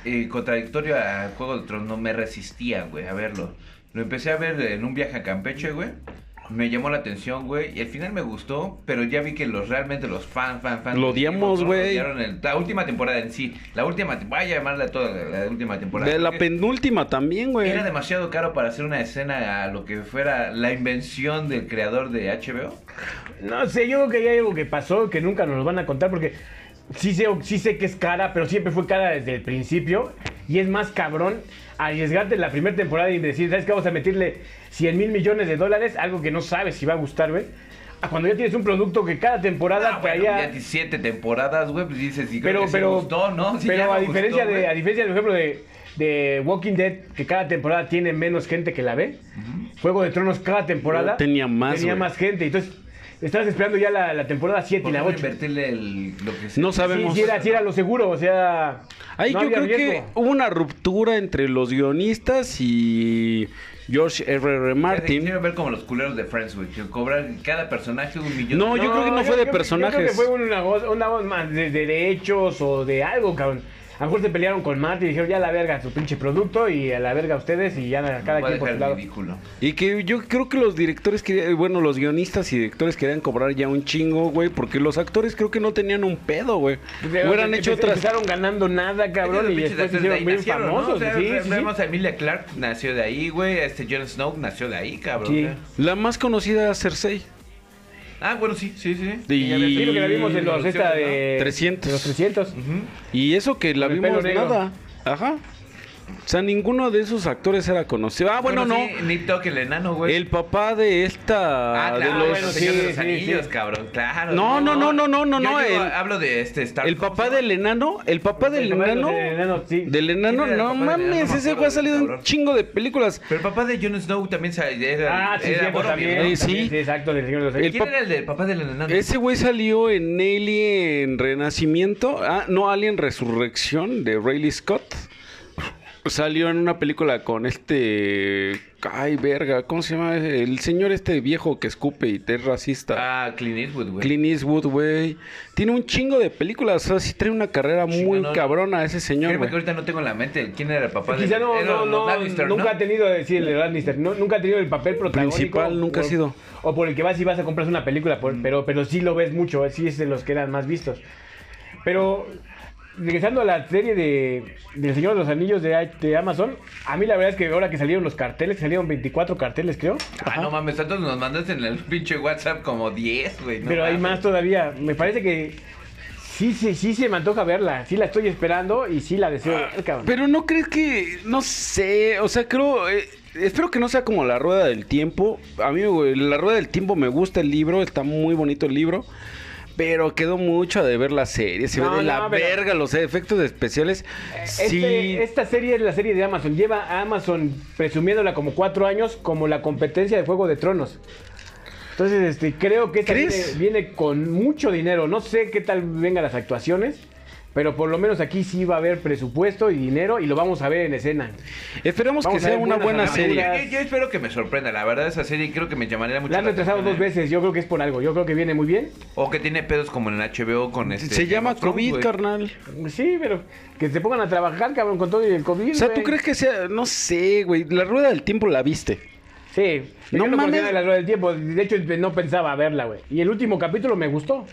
eh, contradictorio a Juego de Tronos, no me resistía, güey, a verlo. Lo empecé a ver en un viaje a Campeche, güey. Me llamó la atención, güey, y al final me gustó, pero ya vi que los realmente los fan, fan, fan.
Lo odiamos,
¿no?
güey.
Odiaron el- La última temporada en sí, la última, te- voy a llamarla toda la, la última temporada.
De la eh.
porque
penúltima también, güey.
Era demasiado caro para hacer una escena a lo que fuera la invención del creador de HBO.
No sé, yo creo que hay algo que pasó que nunca nos lo van a contar porque sí sé, sí sé que es cara, pero siempre fue cara desde el principio y es más cabrón arriesgarte en la primera temporada y decir, ¿sabes qué? Vamos a meterle 100 mil millones de dólares, algo que no sabes si va a gustar, ¿ves? A Cuando ya tienes un producto que cada
Ah,
temporada te
bueno,
haya-
ya 17 temporadas, güey, pues dices, y creo
pero
que sí
pero
gustó, ¿no? Sí,
pero
ya me
a diferencia
gustó,
de
güey.
a diferencia por ejemplo de, de Walking Dead que cada temporada tiene menos gente que la ve Juego de Tronos cada temporada
Tenía más,
tenía
güey.
más gente entonces estabas esperando ya la, la temporada 7 y
¿Por
la
qué no
8
invertirle el- lo que sea?
No sabemos.
si era, sí era lo seguro o sea
Ahí
no
yo
había
creo
riesgo.
que hubo una ruptura entre los guionistas y George R. Martin.
Quiero ver como los culeros de Friends, güey, que cobran cada personaje un millón.
No,
de-
yo creo que no fue de personajes.
Yo creo que fue una voz, una voz más de, de derechos o de algo, cabrón. A lo mejor se pelearon con Matt y dijeron, ya la verga su pinche producto y a la verga ustedes y ya cada
Voy a
quien por su
dejar
lado.
ridículo.
Y que yo creo que los directores querían, bueno, los guionistas y directores querían cobrar ya un chingo, güey, porque los actores creo que no tenían un pedo, güey.
Pues
Hubieran
Empe-
hecho otras.
Empezaron ganando nada, cabrón,
Los
y
pinches
después se
actores de ahí
hicieron
nacieron,
bien
¿no? O
famosos.
sea,
sí,
ve-
sí, sí.
Vemos a Emilia Clark, nació de ahí, güey. Este Jon Snow nació de ahí, cabrón.
Sí.
La más conocida Cersei.
Ah, bueno, sí, sí, sí.
Y-
Ella había
Sí,
sido
lo que la vimos en los
producción,
esta
¿no?
de...
300.
de los 300.
Ujú.
Y eso que la
Con el
vimos
pelo negro.
nada. Ajá. O sea, ninguno de esos actores era conocido. Ah, bueno, no.
sí, Nip Tuck, el enano,
pues.
güey.
El papá de esta.
Ah,
de
claro,
los-
bueno, Señor de los
sí, sí,
Anillos,
sí.
cabrón, claro.
No, no, no, no, no,
Yo
no,
digo,
el-
hablo de este Star.
El papá del enano, el papá del
papá
enano,
del enano, sí.
del
¿Quién
enano,
era el
no
papá del enano? No
mames,
me
ese
acuerdo
güey ha
del
salido en un
cabrón.
chingo de películas.
Pero el papá de Jon Snow también sa- era.
Ah, sí,
era
cierto,
Boromir,
también.
¿no?
Eh, sí.
también, exacto, del Señor de los
El
¿Quién
pap-
era el del papá del enano?
Ese güey salió en Alien Renacimiento, ah, no Alien Resurrección de Rayleigh Scott. Salió en una película con este, ay verga, ¿cómo se llama? El señor este viejo que escupe y te es racista.
Ah, Clint Eastwood, güey.
Clint Eastwood, güey. Tiene un chingo de películas, o sea, sí trae una carrera
Chingo,
muy
no, no.
cabrona ese señor,
Créeme que
güey.
ahorita no tengo en la mente el- quién era el papá del
Quizá no,
Pues era
no,
los
no,
Lannister,
nunca ha tenido, eh, sí, el de Lannister, no- nunca ha tenido el papel protagónico.
Principal, nunca ha
por-
sido.
O por el que vas y vas a comprar una película, por- pero, pero sí lo ves mucho, eh, sí es de los que eran más vistos. Pero, regresando a la serie de, del Señor de los Anillos de, A- de Amazon, a mí la verdad es que ahora que salieron los carteles, salieron 24 carteles creo,
Ah, no mames, tantos nos mandaste en el pinche WhatsApp como 10, güey. no
pero hay
mames.
más todavía. Me parece que sí, sí, sí se me antoja verla, sí la estoy esperando y sí la deseo ver, cabrón.
Pero no crees que, no sé, o sea, creo, eh, espero que no sea como la rueda del tiempo. A mí güey, la rueda del tiempo me gusta el libro, está muy bonito el libro. Pero quedó mucho de ver la serie, se
No,
ve de
no,
la
pero-
verga los efectos especiales.
Este-
sí,
Esta serie es la serie de Amazon. Lleva a Amazon presumiéndola como cuatro años como la competencia de Juego de Tronos. Entonces, este, creo que esta
¿Crees?
viene, viene con mucho dinero. No sé qué tal vengan las actuaciones. Pero por lo menos aquí sí va a haber presupuesto y dinero y lo vamos a ver en escena.
Esperemos
Vamos
que
a
sea
ver
una
buenas
buena
aventuras.
serie.
Ah, Yo, yo espero que me sorprenda. La verdad, esa serie creo que me llamaría mucho.
La han
la
retrasado
atención,
dos
¿eh?
veces, yo creo que es por algo, yo creo que viene muy bien.
O que tiene pedos como en el HBO con este.
Se
Game
llama
of Thrones,
COVID,
güey.
carnal.
Sí, pero que se pongan a trabajar, cabrón, con todo y el COVID.
O sea, ¿tú
güey.
crees que sea.? No sé, güey. La rueda del tiempo la viste.
Sí,
No
no
mames.
la rueda del tiempo. De hecho, este, no pensaba verla, güey. Y el último capítulo me gustó.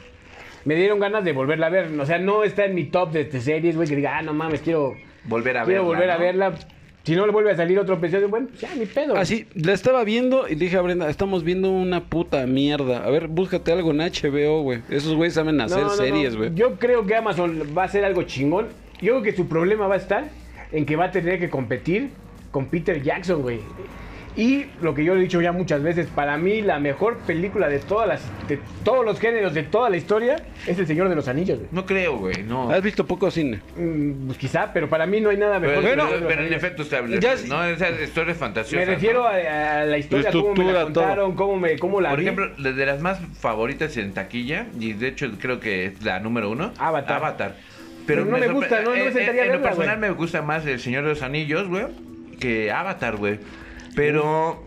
Me dieron ganas de volverla a ver. O sea, no está en mi top de, de series, güey, que diga, ah, no mames, quiero,
Volver a
quiero
verla.
volver a
¿no?
verla. Si no le vuelve a salir otro episodio, bueno, pues ya, mi pedo.
Así, la estaba viendo y dije a Brenda, estamos viendo una puta mierda. A ver, búscate algo en HBO, güey. Esos güeyes saben
No,
hacer
no, no.
series, güey.
Yo creo que Amazon va a hacer algo chingón. Yo creo que su problema va a estar en que va a tener que competir con Peter Jackson, güey. Y lo que yo le he dicho ya muchas veces, para mí la mejor película de todas las, de todos los géneros, de toda la historia, es El Señor de los Anillos, güey.
No creo, güey. No.
Ah,
¿Has visto poco cine?
Mm, pues quizá, pero para mí no hay nada
Pero,
mejor. que
pero-
El Señor de los
pero en
Anillos.
efecto estable.
Ya-
No, esas historias fantasiosas.
Me
¿no?
refiero a, a la historia,
La
cómo me la
estructura, todo.
contaron, cómo, me, cómo la
Por
vi.
ejemplo, la de las más favoritas en taquilla, y de hecho creo que es la número uno,
Avatar.
Pero
Pero no me
sorpre-
gusta, no- no me
eh, eh,
sentaría a
En lo
verla,
personal
güey.
me gusta más El Señor de los Anillos, güey, que Avatar, güey. Pero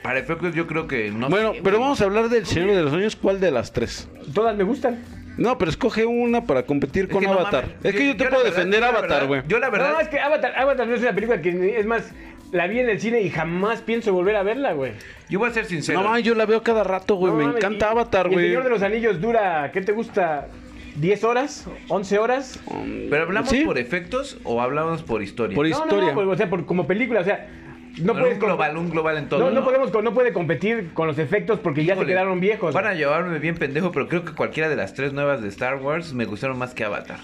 para efectos yo creo que no
bueno,
sé,
pero
güey.
vamos a hablar del Señor de los Sueños. ¿Cuál de las tres?
Todas me gustan.
No, pero escoge una para competir
Es
con
que no
Avatar.
mames.
es que yo, te
la
puedo
verdad-
defender
yo la
Avatar,
verdad-
güey.
Yo la verdad...
No, es que Avatar, Avatar no es una película que, ni- es más, la vi en el cine y jamás pienso volver a verla, güey.
Yo voy a ser sincero.
No, mames, yo la veo cada rato, güey.
No
me
mames,
encanta
y-
Avatar,
y El
güey.
Señor de los Anillos dura, ¿qué te gusta? ¿10 horas? ¿11 horas?
Pero hablamos
¿Sí?
por efectos o hablamos por historia.
Por
No,
historia.
pues, o sea, por- como película, o sea, no puedes...
un
com-
global, un global en todo.
no, no podemos, con- no puede competir con los efectos porque ya se
Híjole,
quedaron viejos.
Van a
güey.
llevarme bien pendejo, pero creo que cualquiera de las tres nuevas de Star Wars me gustaron más que Avatar.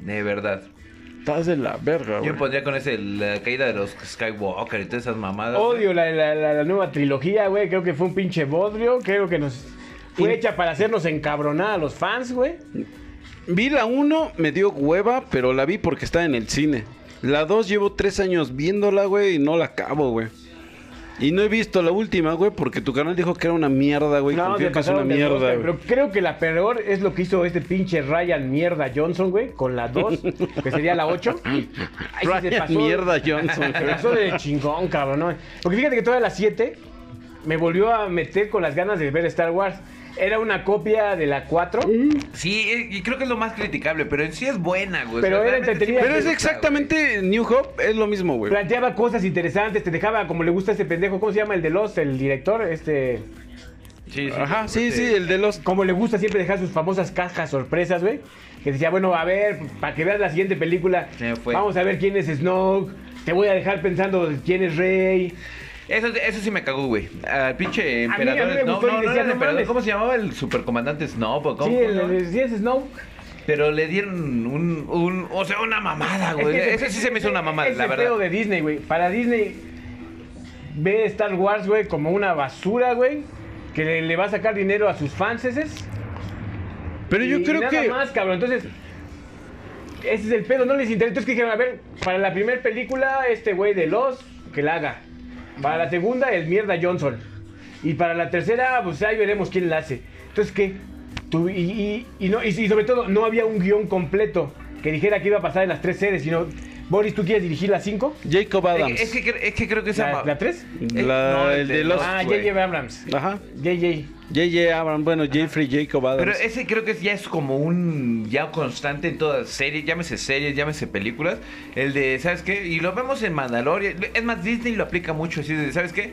De verdad.
Ah,
Estás de la verga,
Yo
güey.
me pondría con ese la caída de los Skywalker y todas esas mamadas.
Odio la, la- la- la nueva trilogía, güey. Creo que fue un pinche bodrio. Creo que nos fue hecha para hacernos encabronar a los fans, güey.
Vi la 1, me dio hueva, pero la vi porque está en el cine. La 2 llevo 3 años viéndola, güey, y no la acabo, güey. Y no he visto la última, güey, porque tu canal dijo que era una mierda, güey.
No,
Confío
se
que es una
pasaron de
mierda,
rosca,
güey.
Pero creo que la peor es lo que hizo este pinche Ryan Mierda Johnson, güey, con la 2, que sería la 8. Ahí sí Ah, se
Ryan
pasó.
mierda Johnson.
Se
güey.
pasó de chingón, cabrón. ¿no? Porque fíjate que toda la 7 me volvió a meter con las ganas de ver Star Wars. Era una copia de la 4.
Sí, eh, y creo que es lo más criticable, pero en sí es buena, güey.
Pero era
realmente
entretenida.
me
Pero es
gusta,
exactamente New Hope, es lo mismo, güey.
Planteaba cosas interesantes, te dejaba como le gusta a ese pendejo. ¿Cómo se llama el de los, el director? Este.
güey. Sí, sí,
Ajá, sí, sí,
este,
el de los...
Como le gusta siempre dejar sus famosas cajas sorpresas, güey. Que decía, bueno, a ver, para que veas la siguiente película,
Se me fue.
vamos a ver quién es Snoke. Te voy a dejar pensando quién es Rey.
Eso, eso sí me cagó, güey. Al pinche
mí- a mí
emperador.
me
Snow-
gustó y
no, no,
decía,
era el
no
emperador.
mames.
¿Cómo se llamaba el supercomandante Snow? ¿O cómo?
Sí,
¿no?
el- el- sí es Snoke.
Pero le dieron un, un. O sea, una mamada, güey.
Es que ese-
Ese sí se me hizo una mamada,
ese
la verdad.
pedo de Disney, güey. Para Disney, ve Star Wars, güey, como una basura, güey. Que le, le va a sacar dinero a sus fans,
Pero yo
Y
creo
nada
que...
más, cabrón. Entonces, ese es el pedo. No les interesa. Entonces que dijeron, a ver, para la primera película, este güey de los, que la haga. Para la segunda, el mierda Johnson. Y para la tercera, pues ahí veremos quién la hace. Entonces, ¿qué? Tú- y, y- y no, y, y sobre todo, no había un guión completo que dijera que iba a pasar en las tres series, sino, Boris, ¿tú quieres dirigir las cinco?
Jacob
Es
Adams.
que- Es, que, es que creo que esa.
¿La,
ma-
la tres?
Eh,
La-
no,
el de los...
ah,
güey.
J.J. Abrams.
Ajá.
J.J.
J.J. Abrams, bueno, Jeffrey Jacob Adams.
Pero ese creo que ya es como un ya constante en todas series, llámese series, llámese películas, el de, ¿sabes qué? Y lo vemos en Mandalorian, es más, Disney lo aplica mucho, así de, ¿sabes qué?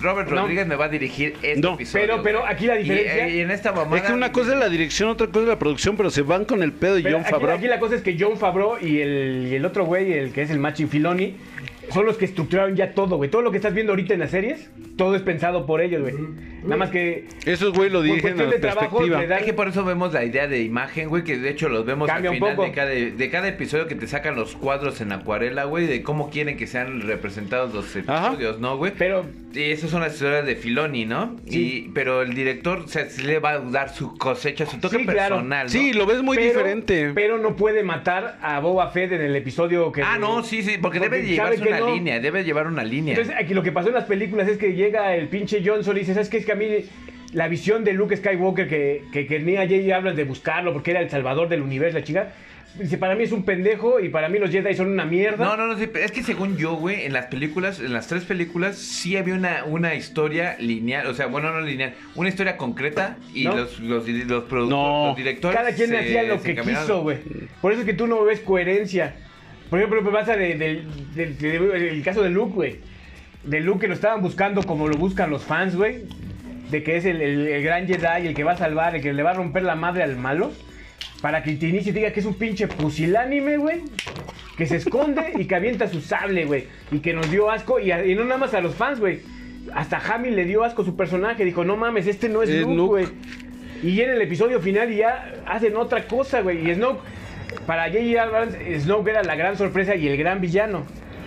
Robert
No.
Rodríguez me va a dirigir este
No.
episodio.
Pero, pero
güey.
aquí la
Y- eh,
diferencia...
Y, en esta mamada...
Es que una cosa es la dirección, otra cosa es la producción, pero se van con el pedo de
Pero
John
Pues, aquí-
Favreau.
Aquí la cosa es que John Favreau y el, y el otro güey, el que es el Machi Filoni, son los que estructuraron ya todo, güey. Todo lo que estás viendo ahorita en las series, todo es pensado por ellos, güey. Nada más que
Esos güey lo
Por
dirigen a
cuestión
la
de trabajo,
perspectiva.
le da-
Es que por eso vemos la idea de imagen, güey, que de hecho los vemos
Cambia
al
un
final
poco.
de cada, de cada episodio que te sacan los cuadros en acuarela, güey, de cómo quieren que sean representados los
Ajá.
episodios, ¿no, güey?
Pero-
Y esas son las historias de Filoni, ¿no?
Sí.
Y, pero el director, o sea, sí le va a dar su cosecha, su toque
Sí, claro.
personal, ¿no?
Sí, lo ves muy
pero-
diferente.
Pero no puede matar a Boba Fett en el episodio que.
Ah, no, sí, sí, porque, debe
sabe
llevarse
que
una
no.
línea, debe llevar una línea.
Entonces, aquí lo que pasó en las películas es que llega el pinche Johnson y dice: ¿Sabes qué? Es que a mí la visión de Luke Skywalker que, que tenía J.J. Abrams de buscarlo porque era el salvador del universo, la chica. Dice, para mí es un pendejo y para mí los Jedi son una mierda.
No, no, no, sí, pero es que según yo, güey, en las películas, en las tres películas, sí había una, una historia lineal, o sea, bueno, no lineal, una historia concreta y
¿No?
los, los, di- los produ-
No.
los directores.
Cada quien
se-
hacía lo
se
que
encaminaron.
quiso, güey. Por eso es que tú no ves coherencia. Por ejemplo, pues, pasa de- del- del- del- el caso de Luke, güey. De Luke que lo estaban buscando como lo buscan los fans, güey. De que es el, el- el gran Jedi, el que va a salvar, el que le va a romper la madre al malo. Para que te inicie y diga que es un pinche pusilánime, güey. Que se esconde y que avienta su sable, güey. Y que nos dio asco. Y, a- y no nada más a los fans, güey. Hasta Hamill le dio asco a su personaje. Dijo, no mames, este no es
Eh,
Es
Luke,
Luke.
güey. Y en el episodio final ya hacen otra cosa, güey. Y Snoke, para J.J. Abrams, Snoke era la gran sorpresa y el gran villano.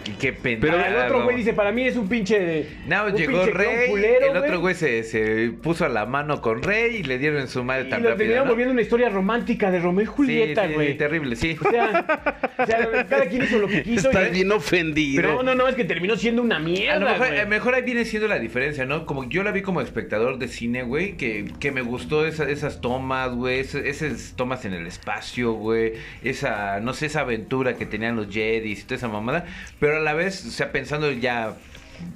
Y qué pendejo.
Pero el otro güey dice, para mí es un pinche...
ah, No,
un
llegó
pinche
Rey,
clon culero,
el otro güey se, se puso a la mano con Rey y le dieron en su madre
Y
tan
lo
rápido.
terminaron
¿no?
volviendo una historia romántica de Romeo y
Sí,
Julieta,
sí,
güey.
sí, terrible, sí.
o, sea, o sea, cada quien hizo lo que quiso.
Estás
y-
bien ofendido.
Pero no, no, no, es que terminó siendo una mierda,
A lo mejor,
güey.
a
eh,
lo mejor ahí viene siendo la diferencia, ¿no? Como yo la vi como espectador de cine, güey, que, que me gustó esa- esas tomas, güey, esa- esas tomas en el espacio, güey, esa, no sé, esa aventura que tenían los Jedi y toda esa mamada, pero a la vez, o sea, pensando ya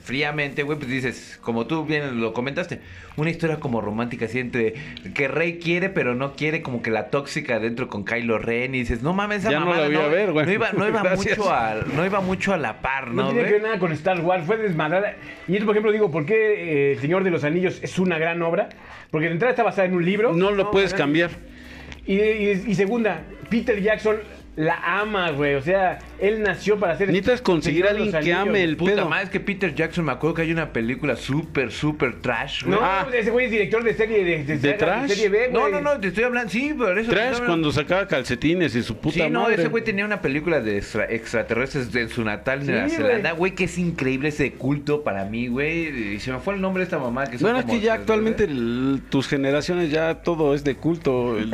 fríamente, güey, pues dices, como tú bien lo comentaste, una historia como romántica, así entre que Rey quiere, pero no quiere, como que la tóxica dentro con Kylo Ren, y dices, no mames, esa
Ya no la
mamada
voy a ver, güey.
no iba, no iba
Gracias.
mucho a, no iba mucho a la par,
No,
¿no,
¿eh?
tiene
güey?
que ver nada con Star Wars, fue desmadrada. Y yo, por ejemplo, digo, ¿por qué eh, El Señor de los Anillos es una gran obra? Porque de entrada está basada en un libro.
No lo puedes
¿verdad?
cambiar.
Y, y- y segunda, Peter Jackson la ama, güey. O sea, él nació para hacer.
Necesitas conseguir a alguien que ame el
Puta
pedo.
madre, es que Peter Jackson, me acuerdo que hay una película súper, súper trash, güey.
No,
Ah.
ese güey es director de serie de, de-
¿De
de
Trash?
serie B,
no,
güey.
no, no, te estoy hablando, sí, pero eso... te estoy
Trash
hablando-
cuando sacaba calcetines y su puta
Sí, no,
madre.
ese güey tenía una película de extra- extraterrestres de su natal,
Sí,
Nueva
güey.
Zelanda, güey, que es increíble ese culto para mí, güey. Y se me fue el nombre de esta mamá que son
Bueno, es
como-
que ya actualmente el- tus generaciones ya todo es de culto. el-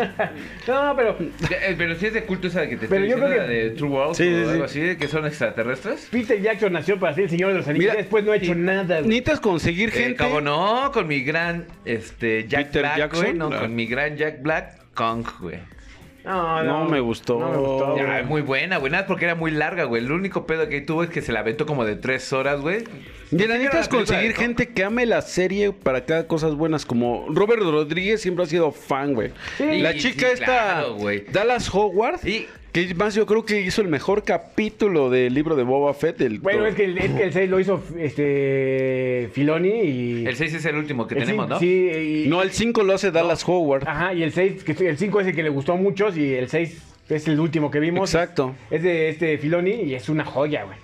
No, no, pero
Eh, Pero sí es de culto esa que te
Pero
estoy
yo
diciendo,
creo
la de
que-
True World
Sí, sí,
o
sí.
algo así, que son extraterrestres.
Peter Jackson nació para ser el Señor de los Anillos.
Mira,
después no ha hecho
y-
nada, güey.
Necesitas conseguir
Eh,
gente.
cómo no, con mi gran, este, Jack
Peter
Black, güey,
Jackson,
no,
no.
con mi gran Jack Black, Kong, güey.
No,
No me gustó.
No me gustó,
Ya,
Ya,
güey.
muy buena, güey. Nada más porque era muy larga, güey. El único pedo que tuvo es que se la aventó como de tres horas, güey.
Mira, necesitas
Pues la película
conseguir
de Kong.
gente que ame la serie para que haga cosas buenas. Como Robert Rodríguez siempre ha sido fan, güey.
Sí.
la
Sí,
chica
sí,
esta,
claro, güey.
Dallas Howard,
Sí.
que más yo creo que hizo el mejor capítulo del libro de Boba Fett. El,
Bueno, es que, el, es que el 6 lo hizo este Filoni y.
El 6 es el último que
Eh,
el
tenemos,
cin-
¿no?
Sí, y-
No, el 5 lo hace Dallas Howard.
Ajá, y el 6, que el 5 es el que le gustó a muchos y el 6 es el último que vimos.
Exacto.
Es de este Filoni y es una joya, güey.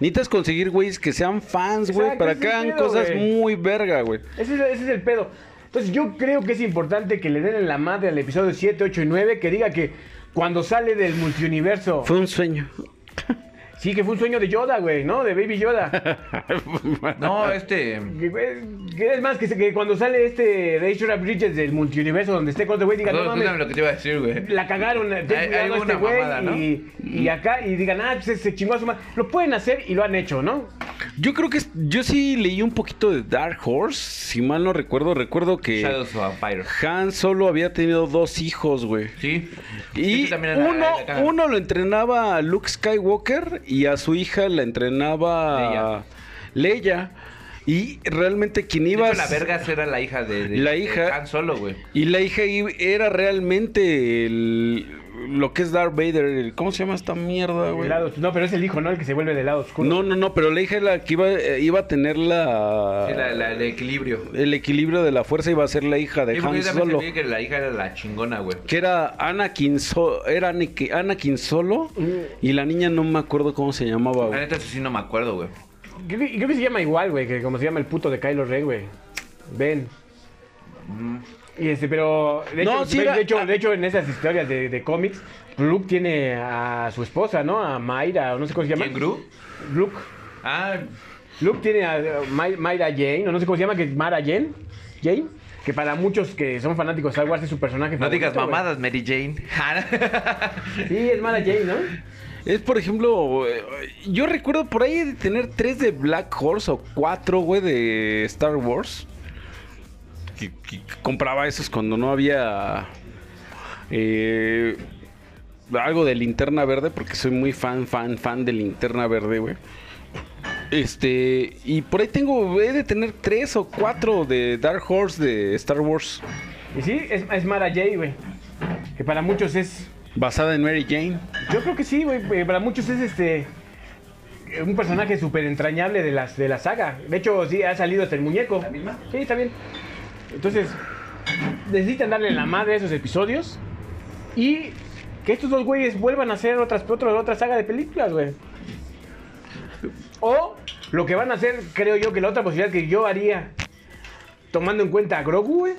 Necesitas conseguir güeyes que sean fans, güey,
Exacto,
para
ese
que
es el
hagan
pedo,
cosas
güey.
muy verga, güey.
Ese es, ese es el pedo. Entonces yo creo que es importante que le den en la madre al episodio 7, 8 y 9, que diga que cuando sale del multiuniverso...
Fue un sueño.
Sí, que fue un sueño de Yoda, güey, ¿no? De Baby Yoda.
No, este.
que, que es más, que, se- que cuando sale este de Ashura Bridges del multiuniverso donde esté con este güey, diga, no,
No, tú sabes
mames,
lo que te iba a decir, güey.
la cagaron, eh,
Hay-
cuidado a
alguna
este güey
mamada, ¿no?
y, y acá, y digan, ah, se, se chingó a su madre. Lo pueden hacer y lo han hecho, ¿no?
Yo creo que es- yo sí leí un poquito de Dark Horse, si mal no recuerdo, recuerdo que
Shadows of Vampire.
Han solo había tenido dos hijos, güey.
Sí. Sí,
Y
que también era-
uno,
era-
uno lo entrenaba a Luke Skywalker y a su hija la entrenaba Leia. Y realmente quien
De
iba...
hecho,
a
la
s-
vergas era la hija de. de-
La
de
hija-
Han Solo, güey.
Y la hija i- era realmente el- lo que es Darth Vader. el- ¿Cómo se llama esta mierda,
Del
güey?
lado os- no, pero es el hijo, ¿no? El que se vuelve del lado oscuro.
No, no, no, pero la hija era la que iba, eh, iba a tener la,
Sí, la, la- el equilibrio.
el equilibrio de la fuerza iba a ser la hija de
Sí, porque
Han
yo también
Solo.
sabía que la hija era la chingona, güey.
Que era Anakin, So- era Anakin, Anakin Solo y la niña no me acuerdo cómo se llamaba.
La
güey.
neta, eso sí no me acuerdo, güey.
Creo que, creo que se llama igual, güey, que como se llama el puto de Kylo Ren, güey. Ben. Y este, pero. De
No,
hecho,
sí
de-
era-
de, hecho, de hecho, en esas historias de, de cómics, Luke tiene a su esposa, ¿no? A Mayra, o no sé cómo se llama.
¿Quién, Gru?
Luke.
Ah,
Luke tiene a eh, May- Mayra Jane, o no sé cómo se llama, que es Mara Jane. Jane. Que para muchos que son fanáticos de Star Wars es su personaje
no digas
favorito, güey.
mamadas, Mary Jane. Ah,
Sí, es Mara Jane, ¿no?
Es por ejemplo, eh, yo recuerdo por ahí de tener tres de Black Horse o cuatro, güey, de Star Wars. Que, que compraba esos cuando no había eh, algo de Linterna Verde, porque soy muy fan, fan, fan de Linterna Verde, güey. Este, y por ahí tengo, he de tener tres o cuatro de Dark Horse de Star Wars,
Y sí, es, es Mara Jade, güey. Que para muchos es.
basada en Mary Jane.
Yo creo que sí, güey. eh, Para muchos es este. eh, Un personaje súper entrañable de, las, de la saga. De hecho, sí, ha salido hasta el muñeco. ¿La misma? Sí, está bien. Entonces, necesitan darle la madre a esos episodios. Y que estos dos güeyes vuelvan a hacer otras, otra, otra saga de películas, güey. O lo que van a hacer, creo yo, que la otra posibilidad que yo haría, tomando en cuenta a Grogu, güey,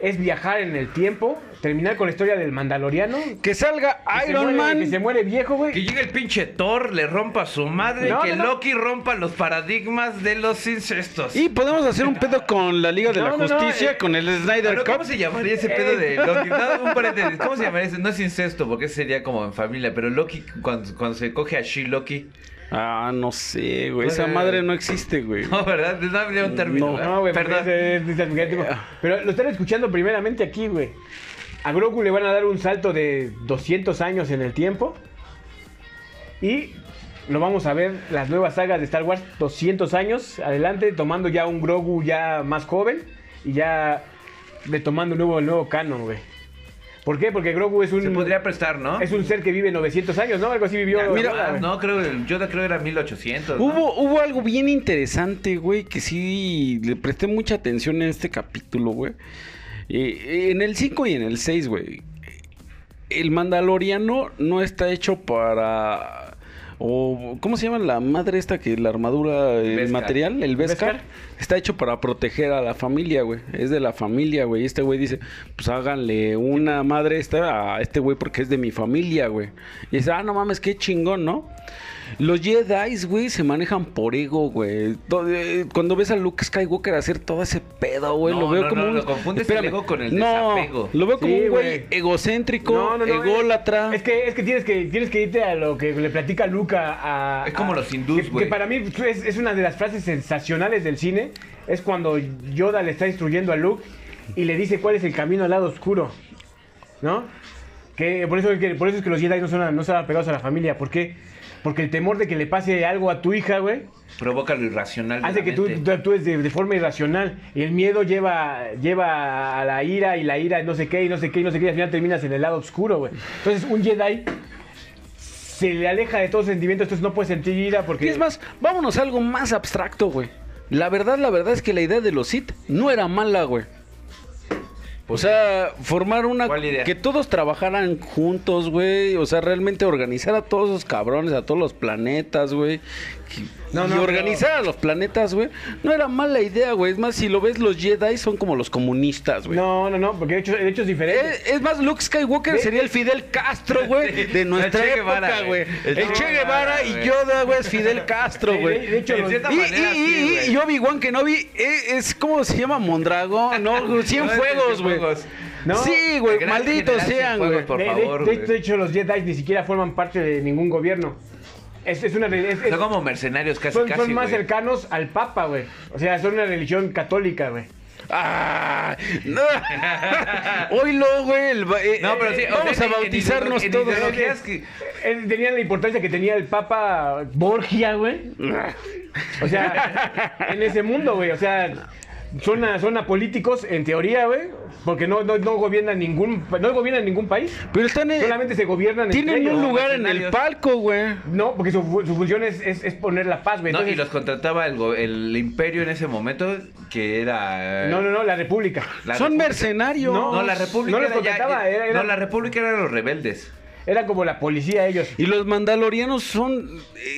es viajar en el tiempo, terminar con la historia del Mandaloriano.
Que salga
que se
Iron
muere-
Man.
Que se muere viejo,
Que
güey.
llegue el pinche Thor, le rompa a su madre,
No,
que
no, no.
Loki rompa los paradigmas de los incestos.
Y podemos hacer un pedo con la Liga de la
No, no, no,
Justicia,
eh,
con el Snyder
Pero,
Cup.
¿Cómo se llamaría ese pedo de Loki? No, un paréntesis. ¿Cómo se llamaría ese? No es incesto, porque ese sería como en familia. Pero Loki, cuando, cuando se coge a She-Loki.
Ah, no sé, güey. Esa
Bueno,
madre no existe, güey.
No, ¿verdad? No habría un término.
No.
¿verdad?
No, güey,
Perdón. Eh.
porque es- es- es- es- es- Pero lo están escuchando primeramente aquí, güey. A Grogu le van a dar un salto de 200 años en el tiempo. Y lo vamos a ver las nuevas sagas de Star Wars 200 años adelante, tomando ya un Grogu ya más joven y ya retomando un nuevo, el nuevo canon, güey. ¿Por qué? Porque Grogu es un,
Se podría prestar, ¿no?
es un ser que vive 900 años, ¿no? Algo así vivió.
Ah,
Yoda,
ah,
güey.
no, creo, el Yoda creo era 1800. ¿no?
Hubo, hubo algo bien interesante, güey, que sí le presté mucha atención en este capítulo, güey. Eh, eh, en el 5 y en el 6, güey. El Mandaloriano no está hecho para. O, ¿Cómo se llama la madre esta que la armadura, el
Beskar.
material, el Beskar,
Beskar.
Está hecho para proteger a la familia, güey. Es de la familia, güey. Y Este güey dice, pues háganle una madre esta a este güey porque es de mi familia, güey. Y dice, ah, no mames, qué chingón, ¿no? Los Jedi, güey, se manejan por ego, güey. To- eh, Cuando ves a Luke Skywalker hacer todo ese pedo, güey,
No,
lo veo
no,
como
no,
un...
lo confundes el ego con el desapego.
Lo veo como
Sí,
un güey
güey.
egocéntrico, ególatra.
eh, Es que, es que, tienes que tienes que irte a lo que le platica Luca a.
Es como
a-
los hindús,
que-
güey.
Que para mí es, es una de las frases sensacionales del cine. Es cuando Yoda le está instruyendo a Luke y le dice cuál es el camino al lado oscuro. ¿No? Que por eso, es que, por eso es que los Jedi no, son, no están apegados a la familia. ¿Por qué? Porque el temor de que le pase algo a tu hija, güey,
Provoca lo irracional. de
hace
la
que tú,
mente.
tú actúes de, de forma irracional. Y el miedo lleva, lleva a la ira y la ira no sé qué y no sé qué y no sé qué. Y al final terminas en el lado oscuro, güey. Entonces un Jedi se le aleja de todos sentimientos, entonces no puede sentir ira porque...
Y es más, vámonos a algo más abstracto, güey. La verdad, la verdad es que la idea de los Sith no era mala, güey. O sea, formar una...
¿Cuál idea?
Que todos trabajaran juntos, güey. O sea, realmente organizar a todos esos cabrones, a todos los planetas, güey. Que-
No,
y
no,
organizar a los planetas, güey. No era mala idea, güey. Es más, si lo ves, los Jedi son como los comunistas, güey.
No, no, no, porque de hecho, de hecho es
Eh,
diferente.
Es, es más, Luke Skywalker sería el Fidel Castro, güey, de nuestra
El Che
época,
Guevara,
güey.
güey.
El Che Guevara y
güey.
Yoda, güey, es Fidel Castro,
De- de-
güey.
de hecho,
De
los-
cierta
Y,
manera,
y-
sí,
y-
güey.
y Obi-Wan Kenobi es, es como se llama Mondragón, ¿no? Cien
No, es
fuegos,
Cien
güey.
Fuegos.
No,
sí, güey,
gran
malditos
general Cien
sean,
Fuegos,
güey.
por
de, de-
favor,
de-
güey.
de hecho los Jedi ni siquiera forman parte de ningún gobierno. Es, es una... re- es- es-
Son como mercenarios casi,
son, son
casi.
más
güey.
cercanos al Papa, güey. O sea, son una religión católica, güey.
Ah, no. Oílo, güey. el ba- eh,
No, pero sí.
eh,
o
vamos
sea,
a
en- en
bautizarnos
ideo- en
todos.
ideologías que-
Él tenía Eh, la importancia que tenía el Papa Borgia, güey. O sea, en ese mundo, güey. O sea, son, a- son a políticos en teoría, güey. Porque no, no, no gobiernan ningún, no gobiernan ningún país.
Pero están en-
Solamente se gobiernan entre
tienen
ellos.
un lugar en el
mercenarios.
palco, güey.
No, porque su, fu- su función es, es- es poner la paz, güey.
No, y
Entonces-
los contrataba el, go- el imperio en ese momento, que era... eh,
no, no, no, la república.
la
Son
república.
mercenarios.
No,
No, la república
No los
era,
contrataba, era- era-
No, la república eran los rebeldes.
Era como la policía ellos.
Y los mandalorianos son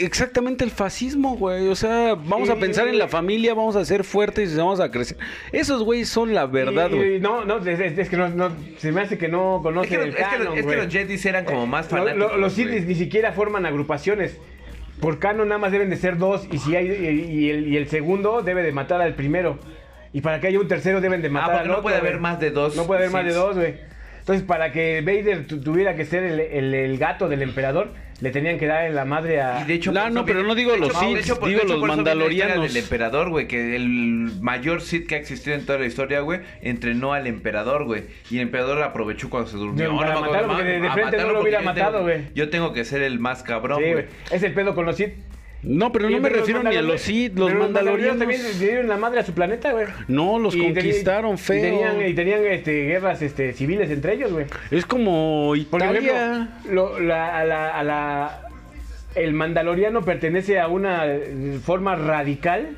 exactamente el fascismo, güey. O sea, vamos a
Y-
pensar en la familia, vamos a ser fuertes y vamos a crecer. Esos güeyes son la verdad,
Y- y-
güey.
No, no, es, es- es que no, no- se me hace que no
es que,
conocen
los-
el
es que los-
canon,
es que
güey.
los jedis eran como más
Lo- lo-
fanáticos.
los
güey.
Sith ni siquiera forman agrupaciones. Por canon nada más deben de ser dos y si hay y, y el, y el segundo debe de matar al primero. Y para que haya un tercero deben de matar
Ah, porque
al
no
otro,
puede haber
güey.
más de dos
No puede haber más de
Siths.
dos, güey. Entonces, para que Vader tu- tuviera que ser el, el- el gato del emperador, le tenían que dar en la madre a.
Y de hecho,
No,
por eso
no, pero
viene-
no digo
de
los
hecho, por-
Sith,
de hecho, por-
digo
de hecho,
los
por eso viene la historia
mandalorianos.
del emperador, güey, que el mayor Sith que ha existido en toda la historia, güey, entrenó al emperador, güey. Y el emperador aprovechó cuando se durmió.
De-
No, no
para
me acuerdo,
matarlo,
ma-
porque de- de
a
frente no
matarlo
lo hubiera
porque yo tengo-
matado, güey.
Yo tengo que ser el más cabrón,
Sí,
güey.
güey. Es el pedo con los Sith.
No, pero no
Sí,
me
los
refiero ni a los
mandalorianos-
Sith, los
pero
mandalorianos.
también le dieron la madre a su planeta, güey.
No, los
Y teni-
conquistaron feo.
Y tenían, y tenían, este, guerras este, civiles entre ellos, güey.
Es como
Por ejemplo,
Italia.
lo- la- a la- a la- el mandaloriano pertenece a una eh, forma radical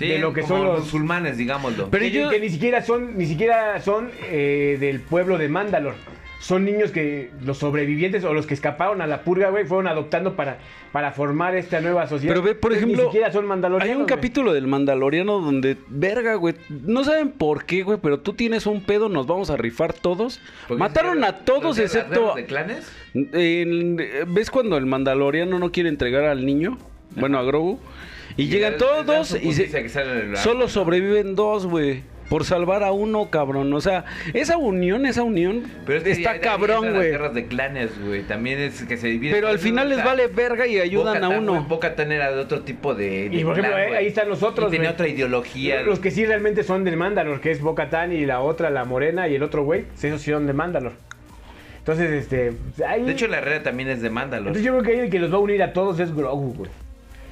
Sí,
de lo que
como
son los-
musulmanes, digámoslo.
Pero
que,
yo-
que ni siquiera son, ni siquiera son eh, del pueblo de Mandalor. Son niños que los sobrevivientes o los que escaparon a la purga, güey, fueron adoptando para, para formar esta nueva sociedad.
Pero ve, por
Entonces,
ejemplo,
ni siquiera son
hay
mandalorianos.
un
güey.
capítulo del Mandaloriano donde, verga, güey, no saben por qué, güey, pero tú tienes un pedo, nos vamos a rifar todos.
Porque
Mataron
se-
a todos
¿se-
excepto...
¿De clanes?
el- ¿Ves cuando el Mandaloriano no quiere entregar al niño?
Eh.
Bueno, a Grogu. Y, llegan
le- le dan
todos
su
y se-
putiza pues, que sale en el-
solo sobreviven dos, güey. Por salvar a uno, cabrón. O sea, esa unión, esa unión
Pero es que
está
ahí- ahí
cabrón,
entran las
güey.
guerras de clanes, güey. También es que se dividen.
Pero al final les vale verga y ayudan a uno.
Boca era de otro tipo de. de
Y, por ejemplo, ahí-
güey.
ahí están los otros,
Y tenía
güey.
otra ideología.
Los que sí realmente son del Mandalor, que es Bocatán y la otra, la morena y el otro güey, esos sí son de Mandalor. Entonces, este. ahí-
De hecho, la herrera también es de Mandalor.
entonces yo creo que ahí el que los va a unir a todos es Grogu, güey.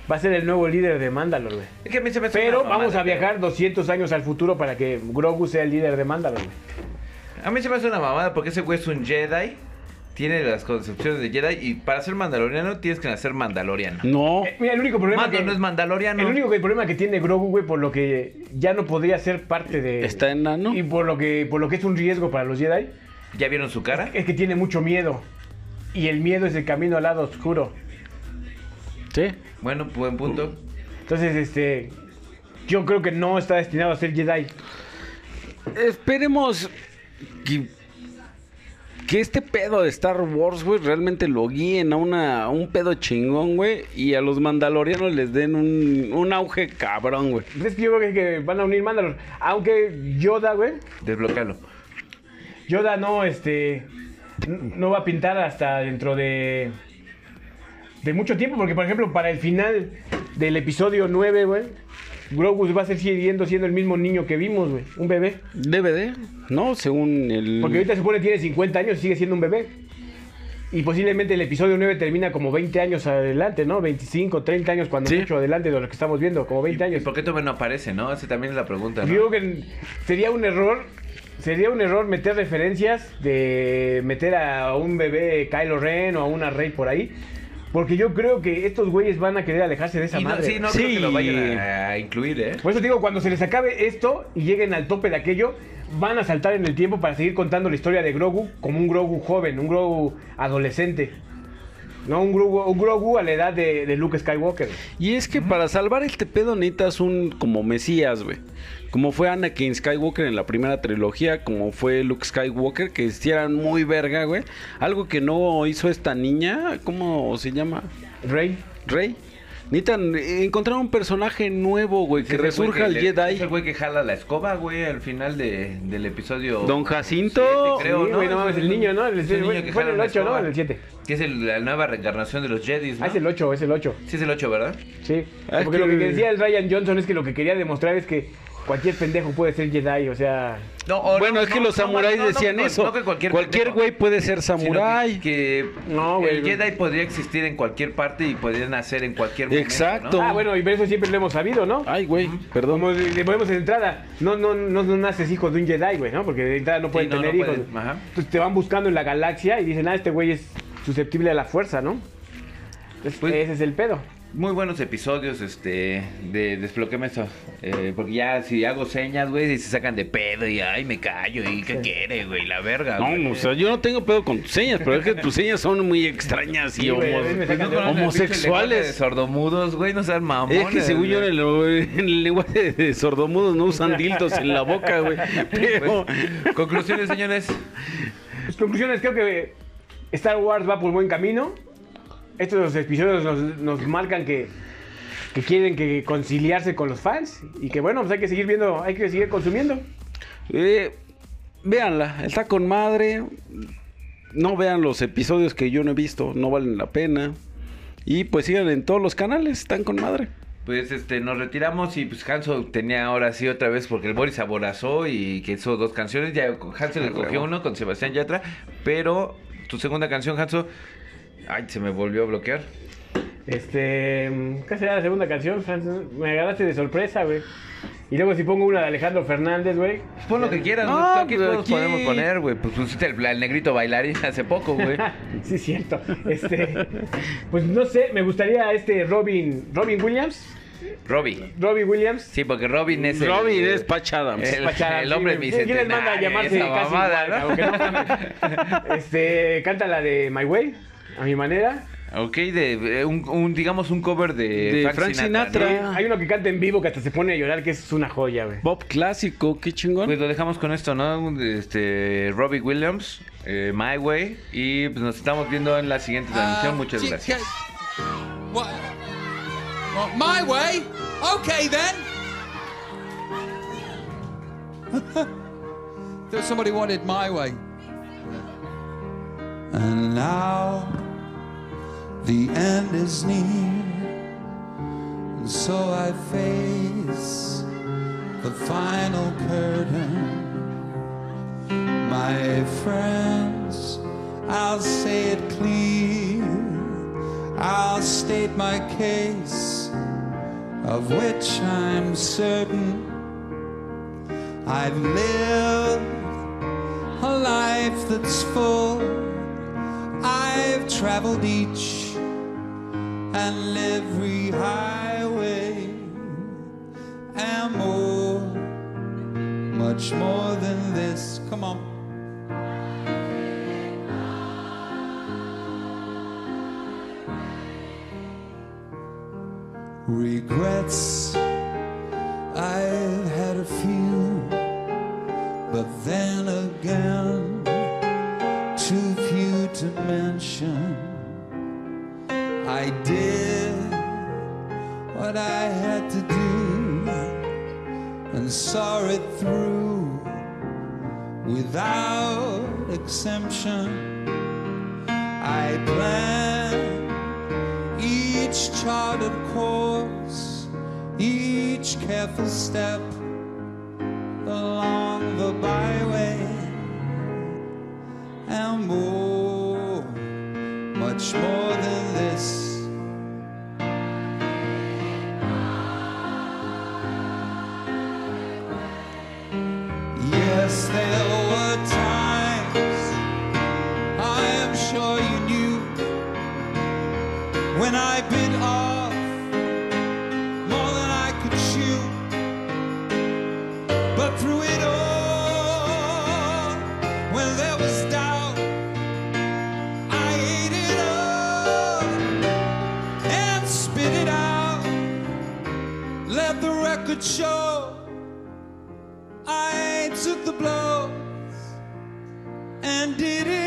Va a ser el nuevo líder de Mandalor, güey.
Es que a mí se me hace
Pero
una mamada,
vamos a
pero-
viajar 200 años al futuro para que Grogu sea el líder de Mandalor, güey.
A mí se me hace una mamada porque ese güey es un Jedi. Tiene las concepciones de Jedi. Y para ser mandaloriano tienes que nacer mandaloriano.
No.
Eh, Mira, el único problema
Oh. Mando
que-
no es mandaloriano.
El único que- problema que tiene Grogu, güey, por lo que ya no podría ser parte de...
Está enano.
Y por lo que, por lo que es un riesgo para los Jedi,
¿Ya vieron su cara?
es que tiene mucho miedo. Y el miedo es el camino al lado oscuro.
Sí.
Bueno, buen punto.
Entonces, este... Yo creo que no está destinado a ser Jedi.
Esperemos que, que este pedo de Star Wars, güey, realmente lo guíen a una, a un pedo chingón, güey, y a los mandalorianos les den un, un auge cabrón, güey.
Pues Es que yo creo que van a unir Mandalor. Aunque Yoda, güey...
Desbloquealo.
Yoda no, este... n- No va a pintar hasta dentro de... De mucho tiempo, porque por ejemplo, para el final del episodio 9, güey... Grogu va a ser siguiendo siendo el mismo niño que vimos, güey. Un bebé.
DVD, ¿no? Según el...
Porque ahorita se supone que tiene 50 años y sigue siendo un bebé. Y posiblemente el episodio 9 termina como 20 años adelante, ¿no? 25, 30 años, cuando
Sí.
mucho adelante de lo que estamos viendo, como 20
¿Y
años.
por qué todavía no aparece, no? Esa también es la pregunta, ¿no?
Yo creo que sería un error, sería un error meter referencias de meter a un bebé Kylo Ren o a una Rey por ahí. Porque yo creo que estos güeyes van a querer alejarse de esa
Y no-
madre.
sí, no creo
Sí.
que lo vayan a, a incluir, ¿eh?
Por eso te digo, cuando se les acabe esto y lleguen al tope de aquello, van a saltar en el tiempo para seguir contando la historia de Grogu como un Grogu joven, un Grogu adolescente. No, un Grogu, un Grogu a la edad de, de Luke Skywalker.
Y es que para salvar este pedo necesitas un como Mesías, güey. Como fue Anakin Skywalker en la primera trilogía, como fue Luke Skywalker, que hicieran muy verga, güey. Algo que no hizo esta niña, ¿cómo se llama?
Rey.
Rey. Necesitan eh, encontrar un personaje nuevo, güey, que
Ese güey
resurja el
le-
Jedi.
Es el güey que jala la escoba, güey, al final de, del episodio.
Don Jacinto.
siete,
Sí,
creo, ¿no?
güey, no mames, el niño, ¿no? El-
Es el niño que
fue en
jala
el
la
8, ¿no?
escoba.
En el 7.
Que es el- la nueva reencarnación de los Jedis, ¿no?
Ah, es el 8, es el 8.
Sí, es el 8, ¿verdad?
Sí.
Ah, es
Porque lo que
que-
decía el Ryan Johnson es que lo que quería demostrar es que cualquier pendejo puede ser Jedi, o sea...
No, o
bueno,
Oh, no,
es que
no,
los
no,
samuráis
no, no,
decían
no, no,
eso.
no que cualquier
cualquier
pendejo,
güey puede ser
sino que-
samurái.
Que,
No, güey.
el Jedi podría existir en cualquier parte y podría nacer en cualquier momento.
Exacto.
¿no? Ah,
Ah, bueno, y eso siempre lo hemos sabido, ¿no?
Ay, güey, perdón.
Como le ponemos en entrada, no, no, no, no naces hijo de un Jedi, güey, ¿no? Porque de entrada no pueden
no, no
tener hijos.
pueden, ajá.
Entonces te van buscando en la galaxia y dicen, ah, este güey es susceptible a la fuerza, ¿no? Entonces,
Pues-
ese es el pedo.
Muy buenos episodios, este, de desbloqueame eso. eh, porque ya si hago señas, güey, y se sacan de pedo y ay, me callo y qué quiere, güey, la verga. güey.
No, o sea, yo no tengo pedo con tus señas, pero es que tus señas son muy extrañas y
Sí, güey, a
homo-
veces me
Pues no
sacan de
conocen
onda.
el pinche lenguaje de
homosexuales.
sordomudos, güey, no sean mamones.
Es que según yo en
güey.
el, en el lenguaje de sordomudos no usan dildos en la boca, güey. Pero
Pues, conclusiones, señores.
Pues, conclusiones, creo que Star Wars va por buen camino. Estos episodios nos, nos marcan que, que quieren que conciliarse con los fans y que bueno, pues hay que seguir viendo, hay que seguir consumiendo.
eh, véanla, está con madre. No vean los episodios que yo no he visto, no valen la pena. Y pues sigan en todos los canales, están con madre.
Pues este, nos retiramos y pues Hanso tenía ahora sí otra vez porque el Boris aborazó y que hizo dos canciones. Ya Hanso
Ah,
le cogió uno con Sebastián Yatra, pero tu segunda canción, Hanso. Ay, se me volvió a bloquear.
Este. ¿Qué será la segunda canción, Franz? Me agarraste de sorpresa, güey. Y luego si pongo una de Alejandro Fernández, güey.
Pon lo que quieras,
No,
no, aquí
pues,
todos
aquí-
podemos poner, güey. Pues pusiste el, el negrito bailarín hace poco, güey.
Ah, Sí, cierto. Este. Pues no sé, me gustaría este Robin. Robin Williams.
Robbie.
Robin Williams.
Sí, porque Robin es el. eh,
Robin es Patch Adams.
el-
Pachá,
el hombre
sí, güey. ¿Quién les manda a
bicentenario,
llamarse
esa
casi
mamada,
igual,
¿no?
aunque no mames? Este, canta la de My Way, a mi manera.
Ok, de eh, un, un, digamos un cover de,
De
Frank
Frank
Sinatra.
Sinatra.
¿no?
Ah.
Hay uno que canta en vivo que hasta se pone a llorar, que es una joya, güey.
Bob clásico, qué chingón.
Pues lo dejamos con esto, ¿no? Este, Robbie Williams, eh, My Way. Y pues nos estamos viendo en la siguiente transmisión. Muchas
Uh,
gracias.
okay. What? What, My way? Okay then. There was somebody wanted my way. And now the end is near. And so I face the final curtain. My friends, I'll say it clear. I'll state my case, of which I'm certain. I've lived a life that's full. I've traveled each and every highway and more much more than this. Come on. Regrets, I've had a few, but then again, too few to mention. I did what I had to do and saw it through without exemption. I planned each charted course, each careful step along the byway, and more, much more than this. Yes, there were times I am sure you knew when I bit off more than I could chew. But through it all, when there was doubt, I ate it up and spit it out. Let the record show. I took the blows and did it.